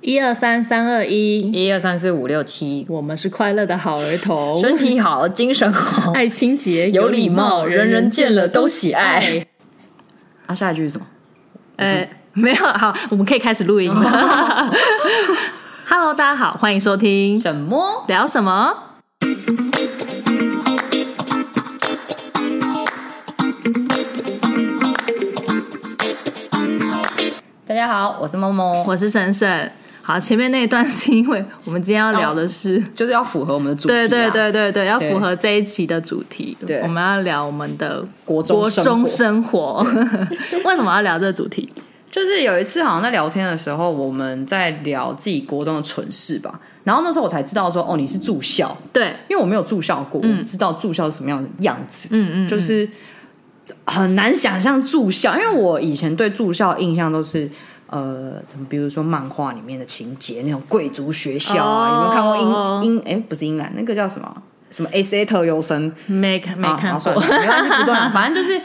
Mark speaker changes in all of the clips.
Speaker 1: 一二三三二一，
Speaker 2: 一二三四五六七，
Speaker 1: 我们是快乐的好儿童，
Speaker 2: 身体 好，精神好，
Speaker 1: 爱清洁，
Speaker 2: 有礼貌，人人见了都喜爱。
Speaker 1: 爱。
Speaker 2: 啊，下一句是什么？
Speaker 1: 呃，没有，好，我们可以开始录音了。Hello，大家好，欢迎收听
Speaker 2: 什么？
Speaker 1: 聊什么？
Speaker 2: 大家好，我是猫猫，
Speaker 1: 我是沈沈。好，前面那一段是因为我们今天要聊的是。
Speaker 2: 就是要符合我们的主题、啊。
Speaker 1: 对对，对对对，要
Speaker 2: 对
Speaker 1: 符合这一期的主题。
Speaker 2: 对
Speaker 1: 我们要聊我们的
Speaker 2: 国中
Speaker 1: 国
Speaker 2: 生
Speaker 1: 中
Speaker 2: 活
Speaker 1: 生活。 为什么要聊这个主题？
Speaker 2: 就是有一次好像在聊天的时候，我们在聊自己国中的蠢事吧。然后那时候我才知道说，哦，你是住校，
Speaker 1: 对，
Speaker 2: 因为我没有住校过，我不知道住校是什么样的样子。
Speaker 1: 嗯嗯，
Speaker 2: 就是很难想象住校，因为我以前对住校印象都是。呃，怎么比如说漫画里面的情节，那种贵族学校
Speaker 1: 哦
Speaker 2: 啊，有没有看过英英？哎、不是英兰，那个叫什么什么 S A 特优生？
Speaker 1: 没看没
Speaker 2: 啊
Speaker 1: 看
Speaker 2: 啊算
Speaker 1: 过
Speaker 2: 了，没关系，不重要。反正就是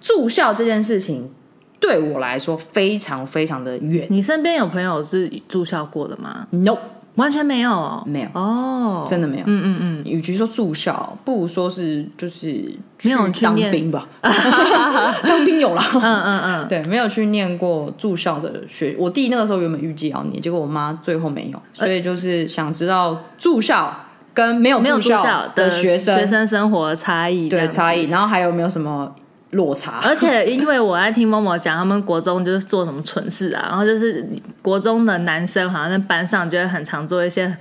Speaker 2: 住校这件事情，对我来说非常非常的远。
Speaker 1: 你身边有朋友是住校过的吗？
Speaker 2: No，
Speaker 1: 完全没有哦，
Speaker 2: 没有
Speaker 1: 哦，
Speaker 2: 真的没有。
Speaker 1: 嗯嗯嗯，
Speaker 2: 与其说住校，不如说是就是
Speaker 1: 没有去
Speaker 2: 当
Speaker 1: 念
Speaker 2: 兵吧， 当兵有啦。
Speaker 1: 嗯嗯
Speaker 2: 对，没有去念过住校的学。我弟那个时候原本预计要念，结果我妈最后没有，
Speaker 1: 呃
Speaker 2: 所以就是想知道住校跟没有
Speaker 1: 嗯，没有住
Speaker 2: 校
Speaker 1: 的
Speaker 2: 学生
Speaker 1: 学生生活的差异，这
Speaker 2: 对
Speaker 1: 样子
Speaker 2: 差异，。然后还有没有什么落差？
Speaker 1: 而且，因为我爱听某某讲，他们国中就是做什么蠢事啊，然后就是国中的男生好像在班上就会很常做一些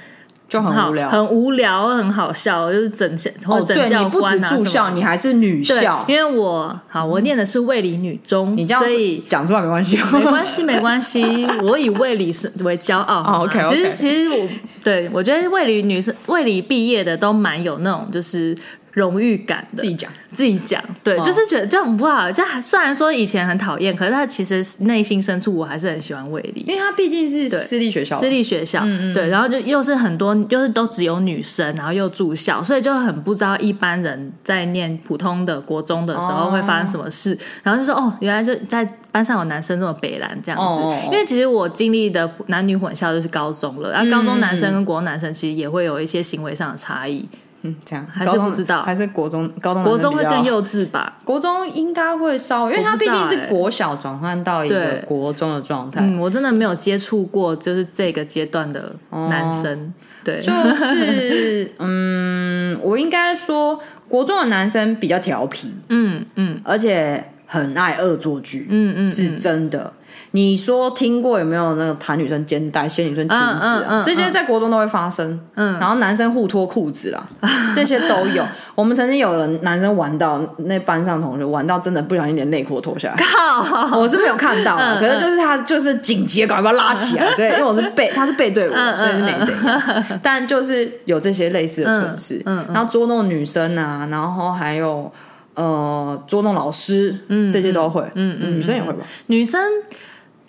Speaker 2: 就
Speaker 1: 很
Speaker 2: 很
Speaker 1: 好
Speaker 2: 无聊。
Speaker 1: 很无聊、很好笑，就是整教或
Speaker 2: 哦，
Speaker 1: 者整
Speaker 2: 对，你
Speaker 1: 教
Speaker 2: 不止
Speaker 1: 官啊
Speaker 2: 住
Speaker 1: 什
Speaker 2: 校，
Speaker 1: 么
Speaker 2: 你还是女
Speaker 1: 的。
Speaker 2: 校，
Speaker 1: 对，因为我好，我念的是卫理女中，
Speaker 2: 嗯你这样
Speaker 1: 所以
Speaker 2: 讲出来没关系。
Speaker 1: 没关系，没关 系，我以卫理是为骄傲。好吗
Speaker 2: OK，OK
Speaker 1: 其实其实我对我觉得卫理女生卫理毕业的都蛮有那种就是荣誉感的，
Speaker 2: 自己讲，
Speaker 1: 自己讲，对，
Speaker 2: 哦
Speaker 1: 就是觉得这样不好。就还虽然说以前很讨厌，可是他其实内心深处我还是很喜欢卫理。
Speaker 2: 因为他毕竟是私立学校，
Speaker 1: 私立学校，
Speaker 2: 嗯
Speaker 1: 对，然后就又是很多，又是都只有女生，然后又住校，所以就很不知道一般人在念普通的国中的时候
Speaker 2: 哦
Speaker 1: 会发生什么事，然后就说哦，原来就在班上有男生这么北蓝这样子，
Speaker 2: 哦哦哦
Speaker 1: 因为其实我经历的男女混校就是高中了，
Speaker 2: 嗯
Speaker 1: 然后高中男生跟国中男生其实也会有一些行为上的差异，
Speaker 2: 嗯，这样
Speaker 1: 还是
Speaker 2: 高中
Speaker 1: 不知道
Speaker 2: 还是国中高中
Speaker 1: 国中会
Speaker 2: 男生
Speaker 1: 更
Speaker 2: 比较
Speaker 1: 幼稚吧，
Speaker 2: 国中应该会稍微，因为他
Speaker 1: 我不
Speaker 2: 毕
Speaker 1: 知道
Speaker 2: 竟是
Speaker 1: 欸
Speaker 2: 国小转换到一个
Speaker 1: 对
Speaker 2: 国中的状态，
Speaker 1: 嗯，我真的没有接触过，就是这个阶段的男
Speaker 2: 哦
Speaker 1: 生。对，
Speaker 2: 就是，嗯，我应该说，国中的男生比较调皮，
Speaker 1: 嗯嗯
Speaker 2: 而且很爱恶作剧，
Speaker 1: 嗯嗯，
Speaker 2: 是真的。你说听过有没有那个弹女生肩带、掀女生裙子啊？
Speaker 1: 嗯嗯嗯
Speaker 2: 这些在国中都会发生。
Speaker 1: 嗯
Speaker 2: 然后男生互脱裤子 啦，这些都有。我们曾经有人男生玩到那班上同学玩到真的不小心连内裤脱下来，
Speaker 1: 靠，
Speaker 2: 我是没有看到啦，
Speaker 1: 嗯
Speaker 2: 可是就是他就是紧急地赶快把他拉起来，所以因为我是背他是背对我，
Speaker 1: 嗯嗯
Speaker 2: 所以是没怎样。但就是有这些类似的蠢事，
Speaker 1: 嗯嗯
Speaker 2: 然后捉弄女生啊，然后还有呃捉弄老师，这些都会，嗯嗯，女生也会吧？
Speaker 1: 女生。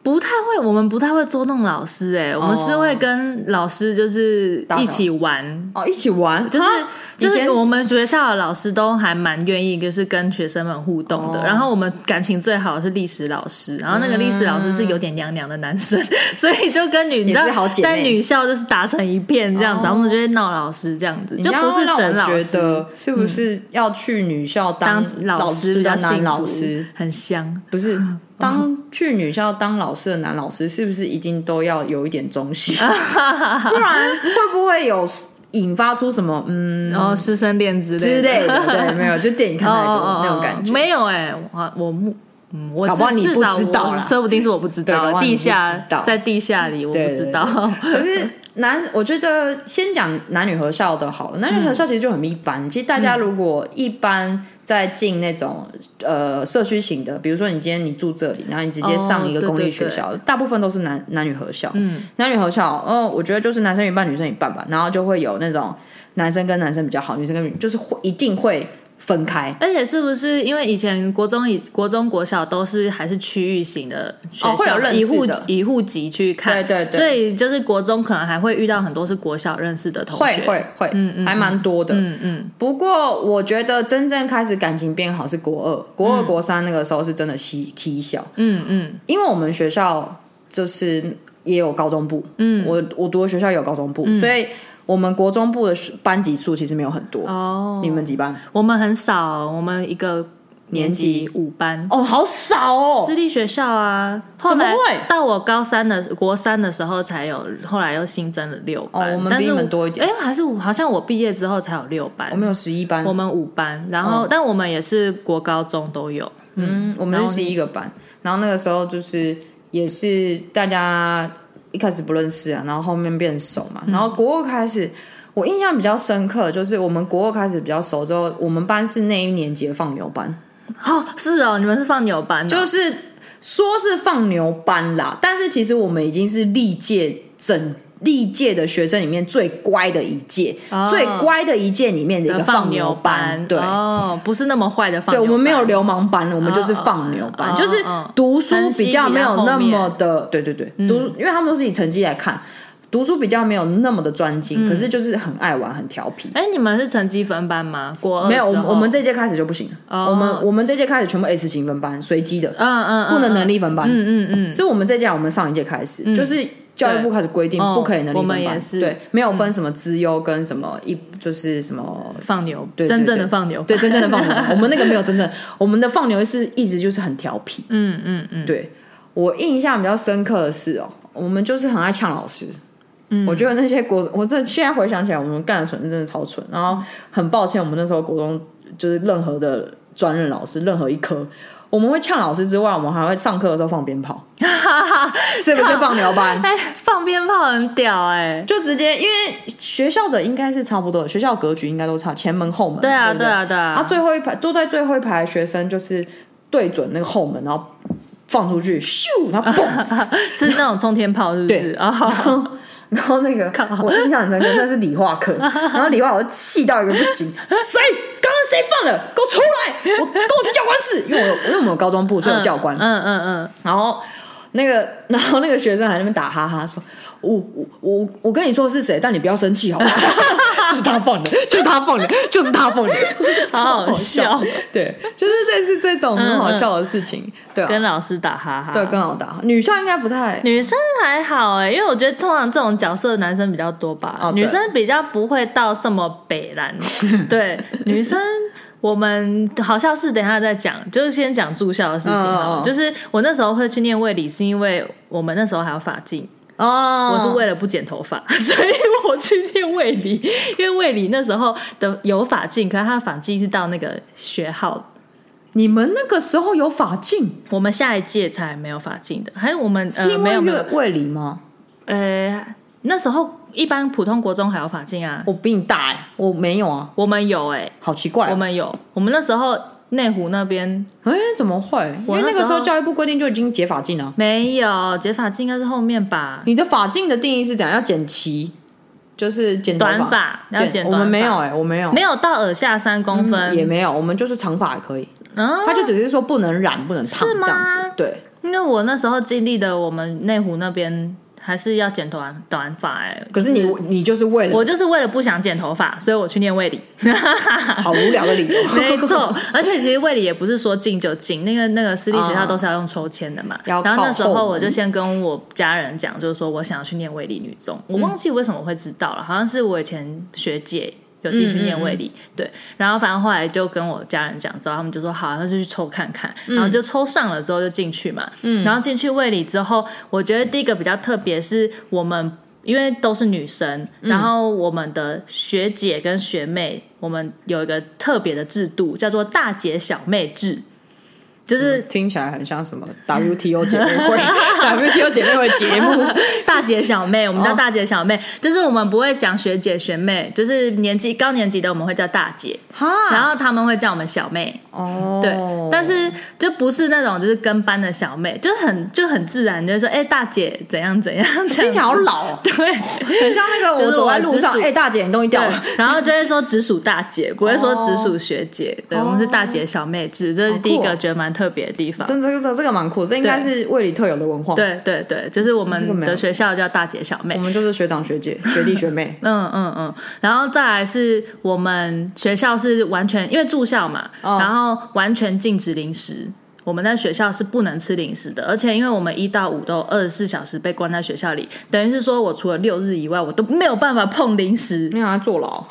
Speaker 1: 不太会，我们不太会捉弄老师、
Speaker 2: 哦
Speaker 1: 哎、我们是会跟老师就是一起玩，
Speaker 2: 哦，一起玩，
Speaker 1: 就是
Speaker 2: 哈
Speaker 1: 就
Speaker 2: 以
Speaker 1: 是
Speaker 2: 前
Speaker 1: 我们学校的老师都还蛮愿意，就是跟学生们互动的。
Speaker 2: 哦
Speaker 1: 然后我们感情最好的是历史老师，然后那个历史老师是有点娘娘的男生， 所以就跟女你知
Speaker 2: 嗯
Speaker 1: 道
Speaker 2: 也是好姐妹
Speaker 1: 在女校就是打成一片这样子，然后我们就会闹老师这样子，
Speaker 2: 你
Speaker 1: 就
Speaker 2: 这样
Speaker 1: 不是
Speaker 2: 让
Speaker 1: 整
Speaker 2: 哦我
Speaker 1: 老
Speaker 2: 觉
Speaker 1: 师。嗯
Speaker 2: 得是不是要去女校
Speaker 1: 当
Speaker 2: 老
Speaker 1: 师比较
Speaker 2: 的
Speaker 1: 幸福哦
Speaker 2: 男老师？
Speaker 1: 很香。
Speaker 2: 不是，当去女校当老师的男老师，是不是一定都要有一点 中性？不然会不会有引发出什么嗯
Speaker 1: 然后师生恋之类
Speaker 2: 之
Speaker 1: 的
Speaker 2: 类的？对，没有，就电影
Speaker 1: 嗯
Speaker 2: 看
Speaker 1: 哦
Speaker 2: 太多那种感觉。
Speaker 1: 没有哎，我我目嗯，我
Speaker 2: 搞不好
Speaker 1: 至
Speaker 2: 你
Speaker 1: 至
Speaker 2: 不
Speaker 1: 少
Speaker 2: 知道
Speaker 1: 我
Speaker 2: 啦
Speaker 1: 说不定是我不知
Speaker 2: 对搞不
Speaker 1: 道，
Speaker 2: 好你
Speaker 1: 地
Speaker 2: 不
Speaker 1: 下
Speaker 2: 知道
Speaker 1: 在地下里我
Speaker 2: 对
Speaker 1: 不
Speaker 2: 对
Speaker 1: 知
Speaker 2: 对
Speaker 1: 道。
Speaker 2: 可是男，我觉得先讲男女合校的好了。男女合校其实就很一
Speaker 1: 嗯
Speaker 2: 般。其实大家如果一般在进那种呃社区型的，比如说你今天你住这里，然后你直接上一个
Speaker 1: 哦对
Speaker 2: 公立
Speaker 1: 对
Speaker 2: 学
Speaker 1: 对
Speaker 2: 校，大部分都是男男女合校。嗯，男女合校，哦，我觉得就是男生一半，女生一半吧。然后就会有那种男生跟男生比较好，女生跟女就是会一定会分开。
Speaker 1: 而且是不是因为以前国中以国中国小都是还是区域型的学校，
Speaker 2: 哦会有认识
Speaker 1: 以户
Speaker 2: 的
Speaker 1: 以户籍去看，
Speaker 2: 对对对
Speaker 1: 所以就是国中可能还会遇到很多是国小认识的同
Speaker 2: 会
Speaker 1: 学，
Speaker 2: 会会，嗯还蛮多的。
Speaker 1: 嗯嗯，
Speaker 2: 不过我觉得真正开始感情变好是国二，国
Speaker 1: 嗯
Speaker 2: 二、国三那个时候是真的嬉嬉笑，
Speaker 1: 嗯嗯，
Speaker 2: 因为我们学校就是也有高中部，嗯，我我读的学校也有高中部，
Speaker 1: 嗯
Speaker 2: 所以我们国中部的班级数其实没有很多。
Speaker 1: 哦，
Speaker 2: 你们几班？
Speaker 1: 我们很少，我们一个年级
Speaker 2: 年级
Speaker 1: 五班。
Speaker 2: 哦，好少哦
Speaker 1: 私。立学校啊，后
Speaker 2: 怎么
Speaker 1: 来
Speaker 2: 会
Speaker 1: 到我高三的国三的时候才有，后来又新增了六班。
Speaker 2: 哦我们比
Speaker 1: 但是
Speaker 2: 你们
Speaker 1: 我
Speaker 2: 多一点
Speaker 1: 哎，还是我好像我毕业之后才有六班
Speaker 2: 我。们有哦十一班
Speaker 1: 我，们五班，然后、但我们也是国高中都有。
Speaker 2: 嗯，我们是十一个班，然后那个时候就是也是大家一开始不认识啊，然后后面变熟嘛，
Speaker 1: 嗯
Speaker 2: 然后国二开始。我印象比较深刻，就是我们国二开始比较熟之后，我们班是那一年级的放牛班，
Speaker 1: 哦，是哦，你们是放牛班的、
Speaker 2: 就是说是放牛班啦，但是其实我们已经是历届整历届的学生里面最乖的一届，
Speaker 1: 哦
Speaker 2: 最乖的一届里面的一个
Speaker 1: 呃放
Speaker 2: 牛
Speaker 1: 牛班，
Speaker 2: 对。
Speaker 1: 哦，不是那么坏的放
Speaker 2: 对，
Speaker 1: 牛班。
Speaker 2: 我们没有流氓班了，我们就是放牛班，
Speaker 1: 哦哦
Speaker 2: 就是
Speaker 1: 哦哦
Speaker 2: 读书比较没有那么
Speaker 1: 成
Speaker 2: 的，对对对，
Speaker 1: 嗯
Speaker 2: 读书，因为他们都是以成绩来看，读书比较没有那么的专
Speaker 1: 嗯
Speaker 2: 精，可是就是很爱玩，很调皮。
Speaker 1: 哎，你们是成绩分班吗？国二
Speaker 2: 没有，我
Speaker 1: 之
Speaker 2: 们
Speaker 1: 后
Speaker 2: 我们这届开始就不行了，
Speaker 1: 哦
Speaker 2: 我们我们这届开始全部 S 型分班，随机的，
Speaker 1: 嗯嗯
Speaker 2: 不能
Speaker 1: 嗯
Speaker 2: 能力分班，
Speaker 1: 嗯嗯嗯，
Speaker 2: 是我们这届，我们上一届开始，就是教育部开始规定
Speaker 1: 对
Speaker 2: 不可以能力
Speaker 1: 哦我
Speaker 2: 分
Speaker 1: 们
Speaker 2: 班，
Speaker 1: 也是嗯
Speaker 2: 对，没有分什么资优跟什么一就是什么。
Speaker 1: 放牛，
Speaker 2: 对对
Speaker 1: 真正的放牛，
Speaker 2: 对，真正的放牛，我们那个没有真正，我们的放牛是一直就是很调皮。
Speaker 1: 嗯嗯嗯，
Speaker 2: 对我印象比较深刻的是哦，我们就是很爱呛老师。嗯，我觉得那些国，我这现在回想起来，我们干的蠢事真的超蠢。然后很抱歉，我们那时候国中就是任何的专任老师，任何一科，我们会呛老师之外，我们还会上课的时候放 鞭炮，是不是放牛班？
Speaker 1: 哎，放鞭炮很屌哎，
Speaker 2: 就直接因为学校的应该是差不多的，学校格局应该都差，前门后门。
Speaker 1: 对啊
Speaker 2: 不
Speaker 1: 对啊对
Speaker 2: 然后
Speaker 1: 啊，
Speaker 2: 最后一排坐在最后一排的学生就是对准那个后门，然后放出去，咻，然后嘣，
Speaker 1: 是那种冲天炮是不是？哦，
Speaker 2: 然后那个我印象很深刻，那是理化 课，然后理化我气到一个不行，谁刚刚谁放的，给我出来，我跟我去教官室，因为我有因为我们有高中部，所以有教官，
Speaker 1: 嗯嗯嗯，
Speaker 2: 然后那个，然后那个学生还在那边打哈哈说：“我我我我跟你说是谁，但你不要生气好 不好？就是他放的，就是他放的，就是他放的，
Speaker 1: 好好
Speaker 2: 超
Speaker 1: 笑。嗯
Speaker 2: 对，就是类似这种很好笑的事情，对啊，
Speaker 1: 跟老师打哈哈，
Speaker 2: 对，跟老打女校应该不太
Speaker 1: 女生还好哎、因为我觉得通常这种角色男生比较多吧，
Speaker 2: 哦对
Speaker 1: 女生比较不会到这么北 蓝。对，女生我们好像是等一下再讲，就是先讲住校的事情好了
Speaker 2: 嗯嗯嗯
Speaker 1: 就是我那时候会去念卫理，是因为我们那时候还有发镜。
Speaker 2: 哦
Speaker 1: 我是为了不剪头发， 所以我去念卫理，因为卫理那时候的有发镜，可是他的发镜是到那个学号
Speaker 2: 你们那个时候有法镜，
Speaker 1: 我们下一届才没有法镜的，还有我们
Speaker 2: 是
Speaker 1: 呃
Speaker 2: 因
Speaker 1: 没
Speaker 2: 为
Speaker 1: 有没有
Speaker 2: 乐卫理吗？
Speaker 1: 呃那时候一般普通国中还有法镜啊，
Speaker 2: 我比你大哎，我没有啊，
Speaker 1: 我们有哎、
Speaker 2: 好奇怪
Speaker 1: 我
Speaker 2: 哦。
Speaker 1: 们有，我们那时候内湖那边
Speaker 2: 哎，怎么会？因
Speaker 1: 我
Speaker 2: 为
Speaker 1: 那
Speaker 2: 那个
Speaker 1: 时
Speaker 2: 时候
Speaker 1: 候
Speaker 2: 教育部规定就已经解法镜了。
Speaker 1: 没有解发镜，应该是后面吧，
Speaker 2: 你的发镜的定义是怎样？要剪齐，就是剪头
Speaker 1: 短发要
Speaker 2: 对
Speaker 1: 剪
Speaker 2: 我
Speaker 1: 短
Speaker 2: 们
Speaker 1: 发
Speaker 2: 没有哎、我没有，
Speaker 1: 没有到耳下三公分，
Speaker 2: 也没有，我们就是长发也可以。
Speaker 1: 嗯，
Speaker 2: 他就只是说不能染，不能烫
Speaker 1: 是吗
Speaker 2: 这样子。对，
Speaker 1: 因为我那时候经历的我们内湖那边还是要剪短短发哎、
Speaker 2: 可是你你就是为了
Speaker 1: 我就是为了不想剪头发，所以我去念卫理。
Speaker 2: 好无聊的理由，
Speaker 1: 没错，而且其实卫理也不是说进就进，那个那个私立学校
Speaker 2: 嗯
Speaker 1: 都是要用抽签的嘛。
Speaker 2: 要
Speaker 1: 然后那时
Speaker 2: 靠
Speaker 1: 候
Speaker 2: 后
Speaker 1: 我
Speaker 2: 门
Speaker 1: 就先跟我家人讲，就是说我想要去念卫理女中，我忘记为什么会知道了，好像是我以前学姐。有进去念卫理，
Speaker 2: 嗯
Speaker 1: 对，然后反正后来就跟我家人讲之后，他们就说好，那就去抽看看，然后就抽上了之后就进去嘛，嗯，然后进去卫理之后，我觉得第一个比较特别是我们因为都是女生，
Speaker 2: 嗯
Speaker 1: 然后我们的学姐跟学妹，我们有一个特别的制度，叫做大姐小妹制，就是
Speaker 2: 听起来很像什么 WTO 姐妹 会 WTO 姐妹会节 目。
Speaker 1: 大姐小妹，我们
Speaker 2: 哦
Speaker 1: 叫大姐小妹，就是我们不会讲学姐学妹，就是年纪高年级的我们会叫大姐，然
Speaker 2: 哈，
Speaker 1: 后他们会叫我们小妹，
Speaker 2: 啊哦，
Speaker 1: 对，但是就不是那种就是跟班的小妹，就是很就很自然，就是说哎、大姐怎样怎样，
Speaker 2: 听起来好 老哦，
Speaker 1: 对。
Speaker 2: 很像那个
Speaker 1: 就是
Speaker 2: 我走在路上
Speaker 1: 我，直属
Speaker 2: 哎，大姐你东西掉了，
Speaker 1: 对，然后就会说直属大姐，不会说直属学姐。对，我们是大姐小妹制，这是第一
Speaker 2: 好酷
Speaker 1: 个
Speaker 2: 哦
Speaker 1: 觉得蛮特别的地方。
Speaker 2: 真这这这个蛮酷，这应该是卫理特有的文化。，
Speaker 1: 对对对，就是我
Speaker 2: 这个
Speaker 1: 们
Speaker 2: 没有嗯
Speaker 1: 的学校叫大姐小妹。
Speaker 2: 我。们就是学长学姐、学弟学妹
Speaker 1: 嗯嗯嗯，然后再来是我们学校是完全因为住校嘛，
Speaker 2: 哦
Speaker 1: 然后完全禁止零食。我们在学校是不能吃零食的，而且因为我们一到五都二十四小时被关在学校里，等于是说我除了六日以外，我都没有办法碰零食。
Speaker 2: 你好像啊坐牢，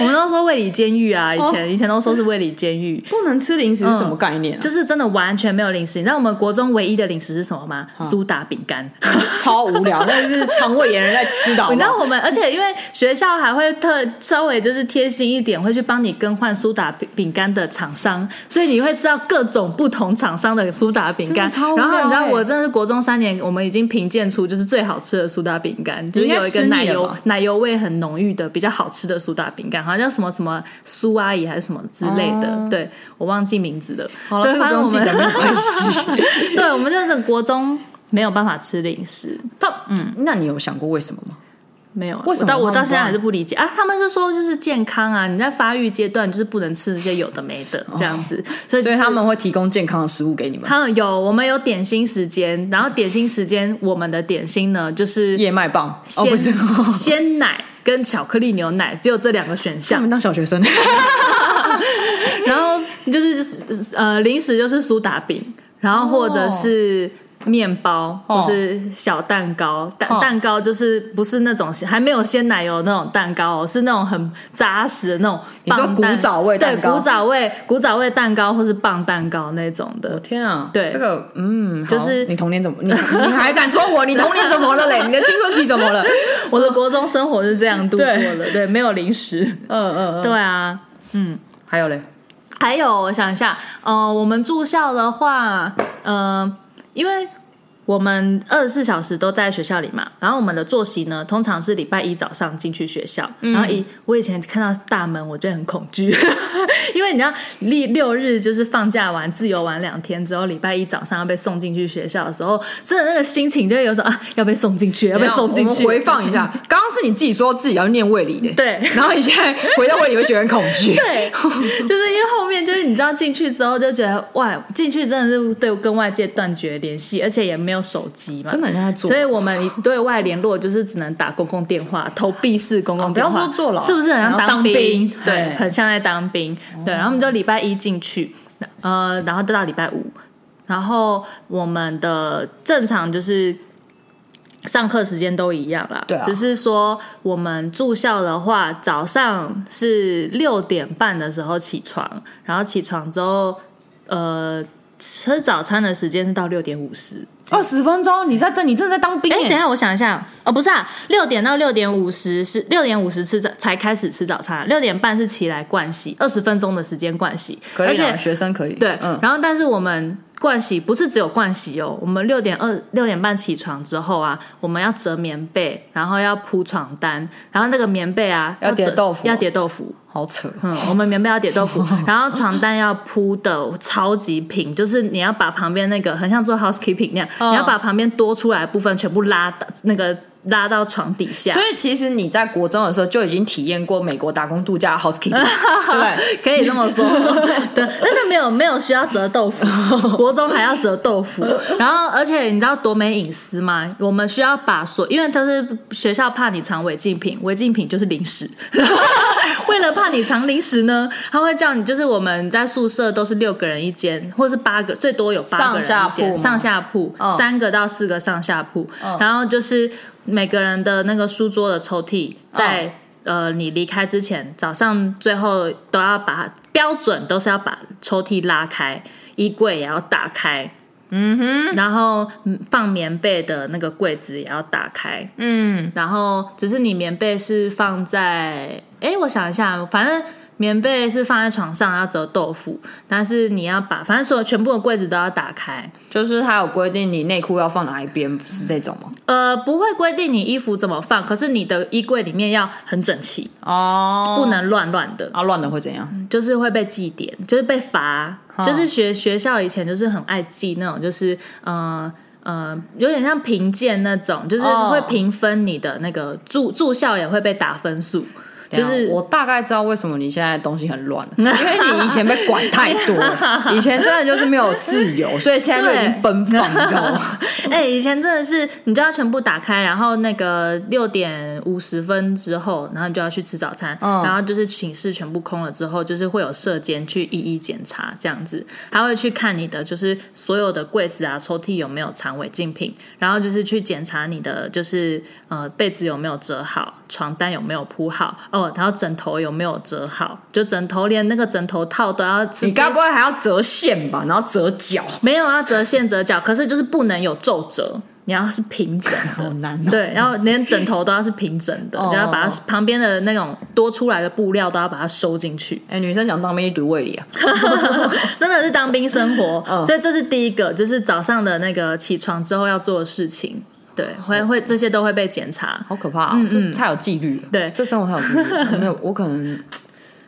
Speaker 1: 我们都说卫理监狱啊，以前、以前都说是卫理监狱，
Speaker 2: 不能吃零食是什么概念啊？
Speaker 1: 就是真的完全没有零食。你知道我们国中唯一的零食是什么吗？苏打饼干。
Speaker 2: 超无聊，那是肠胃炎人在吃的好不好。
Speaker 1: 嗯 你知道我们，而且因为学校还会特稍微就是贴心一点，会去帮你更换苏打饼饼干的厂商，所以你会吃到各种不同厂商的苏打饼干
Speaker 2: 真的超。无聊
Speaker 1: 然后你知道，
Speaker 2: 欸
Speaker 1: 我真的是国中三年，我们已经评鉴出就是最好吃的苏打饼干，就是
Speaker 2: 应该
Speaker 1: 有一个
Speaker 2: 吃腻
Speaker 1: 奶
Speaker 2: 了
Speaker 1: 油
Speaker 2: 吧
Speaker 1: 奶油味很浓郁的比较好吃的苏打饼干，好像叫什么什么苏阿姨还是什么之类的，对我忘记名字了。
Speaker 2: 啊好了，
Speaker 1: 对，
Speaker 2: 这个
Speaker 1: 反正我
Speaker 2: 不用记
Speaker 1: 们
Speaker 2: 得，没有关 系。
Speaker 1: 对我们就是国中没有办法吃零食。
Speaker 2: 到嗯，那你有想过为什么吗？
Speaker 1: 没有，啊
Speaker 2: 为什么
Speaker 1: 我到我到
Speaker 2: 他们不
Speaker 1: 现在还
Speaker 2: 让
Speaker 1: 是不理解啊！他们是说就是健康啊，你在发育阶段就是不能吃这些有的没的这样子，所以
Speaker 2: 哦所以
Speaker 1: 就是
Speaker 2: 他们会提供健康的食物给你们，
Speaker 1: 他们有我们有点心时间，然后点心时间我们的点心呢就是
Speaker 2: 燕麦棒哦，
Speaker 1: 鲜、
Speaker 2: 不是，
Speaker 1: 鲜奶跟巧克力牛奶，只有这两个选
Speaker 2: 他
Speaker 1: 项。
Speaker 2: 们当小学生。
Speaker 1: 然后就是呃零食就是苏打饼，然后或者是。面包
Speaker 2: 哦
Speaker 1: 或是小蛋糕，蛋
Speaker 2: 哦
Speaker 1: 蛋糕就是不是那种还没有鲜奶油的那种蛋糕哦，是那种很扎实的那种
Speaker 2: 你说
Speaker 1: 棒蛋
Speaker 2: 古早味蛋糕
Speaker 1: 对，古早味古早味蛋糕或是棒蛋糕那种
Speaker 2: 我
Speaker 1: 的，
Speaker 2: 天啊，
Speaker 1: 对
Speaker 2: 这个嗯，好
Speaker 1: 就是
Speaker 2: 你童年怎么你你还敢说我？你童年怎么了嘞？你的青春期怎么了？嗯
Speaker 1: 我的国中生活是这样度过
Speaker 2: 对
Speaker 1: 的，对，没有零食，
Speaker 2: 嗯嗯嗯，
Speaker 1: 对啊，
Speaker 2: 还有嘞，
Speaker 1: 还有，我想一下，呃，我们住校的话，呃，因为我们二十四小时都在学校里嘛，然后我们的作息呢，通常是礼拜一早上进去学校，
Speaker 2: 嗯
Speaker 1: 然后以我以前看到大门，我就很恐惧， 因为你知道，六六日就是放假完、自由玩两天之后，礼拜一早上要被送进去学校的时候，真的那个心情就会有种啊，要被送进去，要被送进
Speaker 2: 我
Speaker 1: 去，
Speaker 2: 们回放一 下，刚刚是你自己说自己要念胃里的，
Speaker 1: 对
Speaker 2: 然后你现在 回到胃里会觉得很恐惧。
Speaker 1: 对，就是因为后面就是你知道进去之后就觉得哇，进去真的是对跟外界断绝联系，而且也没有手机嘛，
Speaker 2: 真的很像在做
Speaker 1: 所以我们对外联络就是只能打公共电话，投币式公共
Speaker 2: 哦不要
Speaker 1: 电话。
Speaker 2: 说坐牢
Speaker 1: 是不是很像
Speaker 2: 然后当
Speaker 1: 兵
Speaker 2: 兵？
Speaker 1: 对
Speaker 2: 嘿，
Speaker 1: 很像在当兵。对，然后我们就礼拜一进去，呃，然后就到礼拜五，然后我们的正常就是。上课时间都一样啦，
Speaker 2: 对啊
Speaker 1: 只是说我们住校的话，早上是六点半的时候起床，然后起床之后，呃，吃早餐的时间是到六点五十，
Speaker 2: 二十分钟，你在这，你真的在当兵欸
Speaker 1: 哎、等一
Speaker 2: 耶？
Speaker 1: 下，我想一下，哦，不是啊，六点到六点五十是六点五十吃早才开始吃早餐啊，六点半是起来盥洗，二十分钟的时间盥洗，而且
Speaker 2: 学生可以。啊
Speaker 1: 对，
Speaker 2: 嗯，
Speaker 1: 然后但是我们盥洗不是只有盥洗哦，我们六点二六点半起床之后啊，我们要折棉被，然后要铺床单，然后那个棉被啊
Speaker 2: 要叠
Speaker 1: 折
Speaker 2: 豆腐哦
Speaker 1: 要叠豆腐，
Speaker 2: 好扯。
Speaker 1: 嗯，我们棉被要叠豆 腐，然后床单要铺的超级平，就是你要把旁边那个很像做 housekeeping 那样，
Speaker 2: 嗯
Speaker 1: 你要把旁边多出来的部分全部拉到那个拉到床底下
Speaker 2: 所。以其实你在国中的时候就已经体验过美国打工度假 housekeeping，对不对？
Speaker 1: 可以这么说，对，但是没有没有需要折豆腐，国中还要折豆腐，然后而且你知道多没隐私吗？我们需要把所，因为都是学校怕你藏违禁品，违禁品就是零食， 为了怕你藏零食呢，他会叫你，就是我们在宿舍都是六个人一间，或是八个，最多有八个人
Speaker 2: 上下
Speaker 1: 一
Speaker 2: 铺吗哦
Speaker 1: 间，上下铺，三个到四个上下铺，然后就是每个人的那个书桌的抽屉在。
Speaker 2: 嗯
Speaker 1: 呃，你离开之前，早上最后都要把它标准都是要把抽屉拉开，衣柜也要打开，嗯哼，然后嗯放棉被的那个柜子也要打开，
Speaker 2: 嗯，
Speaker 1: 然后只是你棉被是放在，哎，我想一下，反正棉被是放在床上要折豆腐，但是你要把反正所有全部的柜子都要打开。
Speaker 2: 就是他有规定你内裤要放哪一边，不是那种吗？
Speaker 1: 呃，不会规定你衣服怎么放，可是你的衣柜里面要很整齐，
Speaker 2: 哦，
Speaker 1: 不能乱乱的，
Speaker 2: 啊，乱了会怎样？
Speaker 1: 就是会被记点，就是被罚。就是学学校以前就是很爱记那种，就是呃呃，有点像评鉴那种，就是
Speaker 2: 哦
Speaker 1: 会评分你的那个住住校也会被打分数。
Speaker 2: 等
Speaker 1: 就
Speaker 2: 一下
Speaker 1: 是
Speaker 2: 我大概知道为什么你现在东西很乱了，因为你以前被管太多了，以前真的就是没有自由，所以现在就已经奔放，你知道吗？
Speaker 1: 哎、以前真的是，你就要全部打开，然后那个六点五十分之后，然后你就要去吃早餐，
Speaker 2: 嗯
Speaker 1: 然后就是寝室全部空了之后，就是会有舍监去一一检查这样子，还会去看你的就是所有的柜子啊、抽屉有没有藏违禁品，然后就是去检查你的就是呃被子有没有折好，床单有没有铺好，哦，然后枕头有没有折好，就枕头连那个枕头套都要自己
Speaker 2: 你该不会还要折线吧？然后折角，
Speaker 1: 没有要折线折角，可是就是不能有皱褶，你要是平整的。
Speaker 2: 好难哦。
Speaker 1: 对，然后连枕头都要是平整的，
Speaker 2: 哦
Speaker 1: 然后把它旁边的那种多出来的布料都要把它收进 去，
Speaker 2: 哎、女生想当兵一读胃里啊，
Speaker 1: 真的是当兵生活。
Speaker 2: 嗯
Speaker 1: 所以这是第一个，就是早上的那个起床之后要做的事情，对，会
Speaker 2: 哦
Speaker 1: 会这些都会被检查。
Speaker 2: 好可怕、啊，这太有纪律了。
Speaker 1: 对
Speaker 2: 这生活太有纪律了。没有，我可能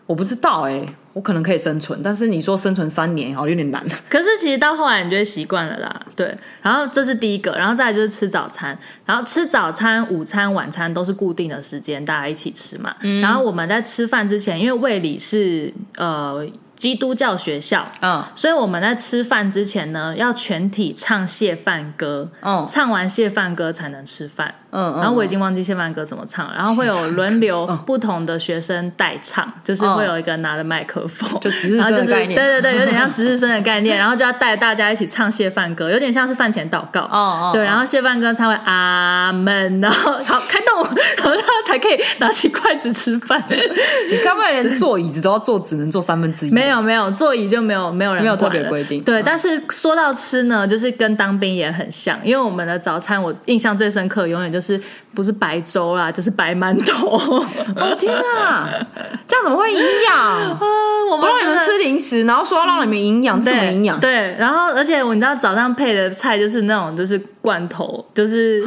Speaker 2: 我不知道哎、我可能可以生存，但是你说生存三年好像有点难。
Speaker 1: 可是其实到后来你就会习惯了啦，对。然后这是第一个，然后再来就是吃早餐，然后吃早餐、午餐、晚餐都是固定的时间，大家一起吃嘛。
Speaker 2: 嗯
Speaker 1: 然后我们在吃饭之前，因为卫理是呃基督教学校，
Speaker 2: 嗯，
Speaker 1: 所以我们在吃饭之前呢，要全体唱谢饭歌，
Speaker 2: 哦
Speaker 1: 唱完谢饭歌才能吃饭。
Speaker 2: 嗯嗯
Speaker 1: 然后我已经忘记谢饭歌怎么唱了，然后会有轮流
Speaker 2: 哦
Speaker 1: 不同的学生代唱，就是会有一个拿着麦克风，
Speaker 2: 就值日
Speaker 1: 然
Speaker 2: 生的
Speaker 1: 后就是
Speaker 2: 概念
Speaker 1: 对对 对，有点像值日生的概念，然后就要带大家一起唱谢饭歌，有点像是饭前祷告。
Speaker 2: 哦哦
Speaker 1: 对，然后谢饭歌才会阿门，然后好开动，然后他才可以拿起筷子吃饭。
Speaker 2: 你该不会连坐椅子都要坐，只能坐三分之一？
Speaker 1: 没有没有，座椅就没有没有人
Speaker 2: 没有特
Speaker 1: 管
Speaker 2: 别
Speaker 1: 了
Speaker 2: 规定
Speaker 1: 对，
Speaker 2: 嗯
Speaker 1: 但是说到吃呢，就是跟当兵也很像，因为我们的早餐我印象最深刻，永远就是不是白粥啦，就是白馒头。
Speaker 2: 我天啊，这样怎么会营养？
Speaker 1: 我
Speaker 2: 不让你们吃零食，然后说要让你们营养，这
Speaker 1: 对
Speaker 2: 怎么营养？
Speaker 1: 对，然后而且我你知道早上配的菜就是那种就是罐头，就是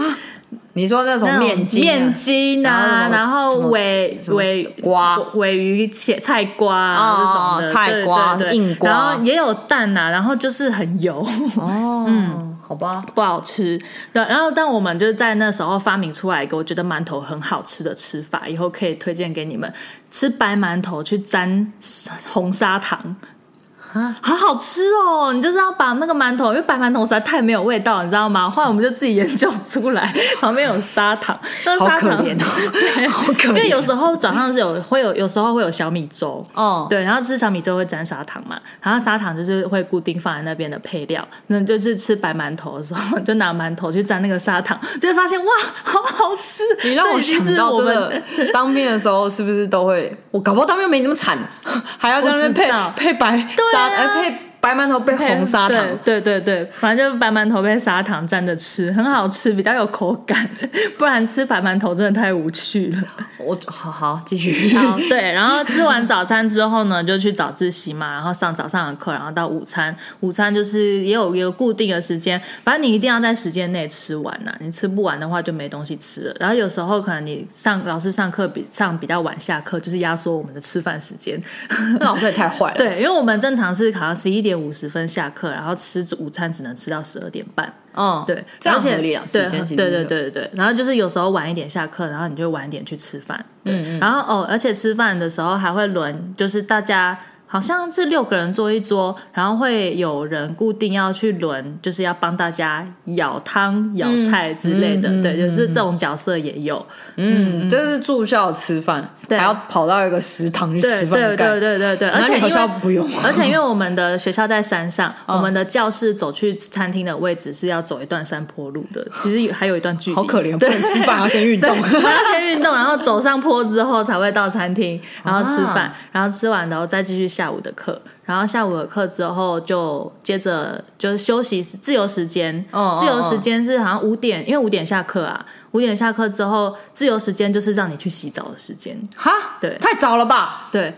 Speaker 2: 你说那种
Speaker 1: 那种
Speaker 2: 啊面筋啊、
Speaker 1: 面筋啊，
Speaker 2: 然
Speaker 1: 然
Speaker 2: 后
Speaker 1: 后
Speaker 2: 什么
Speaker 1: 尾
Speaker 2: 什么
Speaker 1: 尾
Speaker 2: 瓜
Speaker 1: 尾鱼切菜瓜啊
Speaker 2: 哦
Speaker 1: 这种的
Speaker 2: 菜
Speaker 1: 对
Speaker 2: 瓜
Speaker 1: 对对
Speaker 2: 硬瓜
Speaker 1: 然后也有蛋啊，然后就是很油。
Speaker 2: 哦，嗯，好吧，
Speaker 1: 不好吃。对，然后但我们就是在那时候发明出来一个我觉得馒头很好吃的吃法，以后可以推荐给你们。吃白馒头去沾红砂糖。
Speaker 2: 啊
Speaker 1: 好好吃哦！你就是要把那个馒头，因为白馒头实在太没有味道，你知道吗？后来我们就自己研究出来，旁边有砂糖，那
Speaker 2: 好
Speaker 1: 砂
Speaker 2: 可
Speaker 1: 糖
Speaker 2: 怜 哦，好可
Speaker 1: 因为
Speaker 2: 怜。
Speaker 1: 有时候早上是有会有，有时候会有小米粥，
Speaker 2: 哦，
Speaker 1: 对，然后吃小米粥会沾砂糖嘛，然后砂糖就是会固定放在那边的配料。那你就是吃白馒头的时候，就拿馒头去沾那个砂糖，就会发现哇，好好吃！
Speaker 2: 你让
Speaker 1: 这
Speaker 2: 我
Speaker 1: 已经
Speaker 2: 想
Speaker 1: 是
Speaker 2: 到
Speaker 1: 我
Speaker 2: 真
Speaker 1: 们
Speaker 2: 的， 当兵的时候是不是都会？我搞不好当兵没你那么惨，还要在那边
Speaker 1: 我知道
Speaker 2: 配配白砂，
Speaker 1: 对啊
Speaker 2: 哎配白馒头配红砂糖，
Speaker 1: 对对对对，反正就是白馒头配砂糖蘸着吃，很好吃，比较有口感。 不然吃白馒头真的太无趣了。
Speaker 2: 我好好继续。
Speaker 1: 好，嗯对，然后吃完早餐之后呢，就去早自习嘛，然后上早上的课，然后到午餐，午餐就是也有一个固定的时间，反正你一定要在时间内吃完呐、你吃不完的话就没东西吃了。然后有时候可能你上老师上课比上比较晚下课，就是压缩我们的吃饭时间。
Speaker 2: 那老师也太坏了。
Speaker 1: 对，因为我们正常是好像十一点五十分下课，然后吃午餐只能吃到十二点半。
Speaker 2: 嗯，
Speaker 1: 对，
Speaker 2: 这样
Speaker 1: 而且
Speaker 2: 合理啊
Speaker 1: 对
Speaker 2: 时间其实
Speaker 1: 对对
Speaker 2: 是
Speaker 1: 对对对。然后就是有时候晚一点下课，然后你就晚一点去吃饭。对，
Speaker 2: 嗯
Speaker 1: 然后哦，而且吃饭的时候还会轮，就是大家。好像是六个人坐一桌，然后会有人固定要去轮，就是要帮大家舀汤、舀菜之类的，对，就是这种角色也有。
Speaker 2: 嗯，就是住校吃饭，还
Speaker 1: 对
Speaker 2: 要跑到一个食堂去
Speaker 1: 对
Speaker 2: 吃饭
Speaker 1: 对
Speaker 2: 的概
Speaker 1: 对
Speaker 2: 念，
Speaker 1: 对对对，而
Speaker 2: 哪里
Speaker 1: 且因
Speaker 2: 好
Speaker 1: 为
Speaker 2: 像 嗯不用。啊
Speaker 1: 而且因为我们的学校在山上，我们的教室走去餐厅的位置是要走一段山坡路的，其实有还有一段距离，
Speaker 2: 好可怜，不
Speaker 1: 对，
Speaker 2: 能 吃饭，要先运动。
Speaker 1: 对，还要先运动，然后走上坡之后才会到餐厅，然后吃饭，
Speaker 2: 啊
Speaker 1: 然后吃完然后再继续下午的课，然后下午的课之后就接着就是休息自由时间，
Speaker 2: 哦哦
Speaker 1: 自由时间是好像五点，因为五点下课啊，五点下课之后自由时间就是让你去洗澡的时间，
Speaker 2: 哈，
Speaker 1: 对
Speaker 2: 太早了吧？
Speaker 1: 对，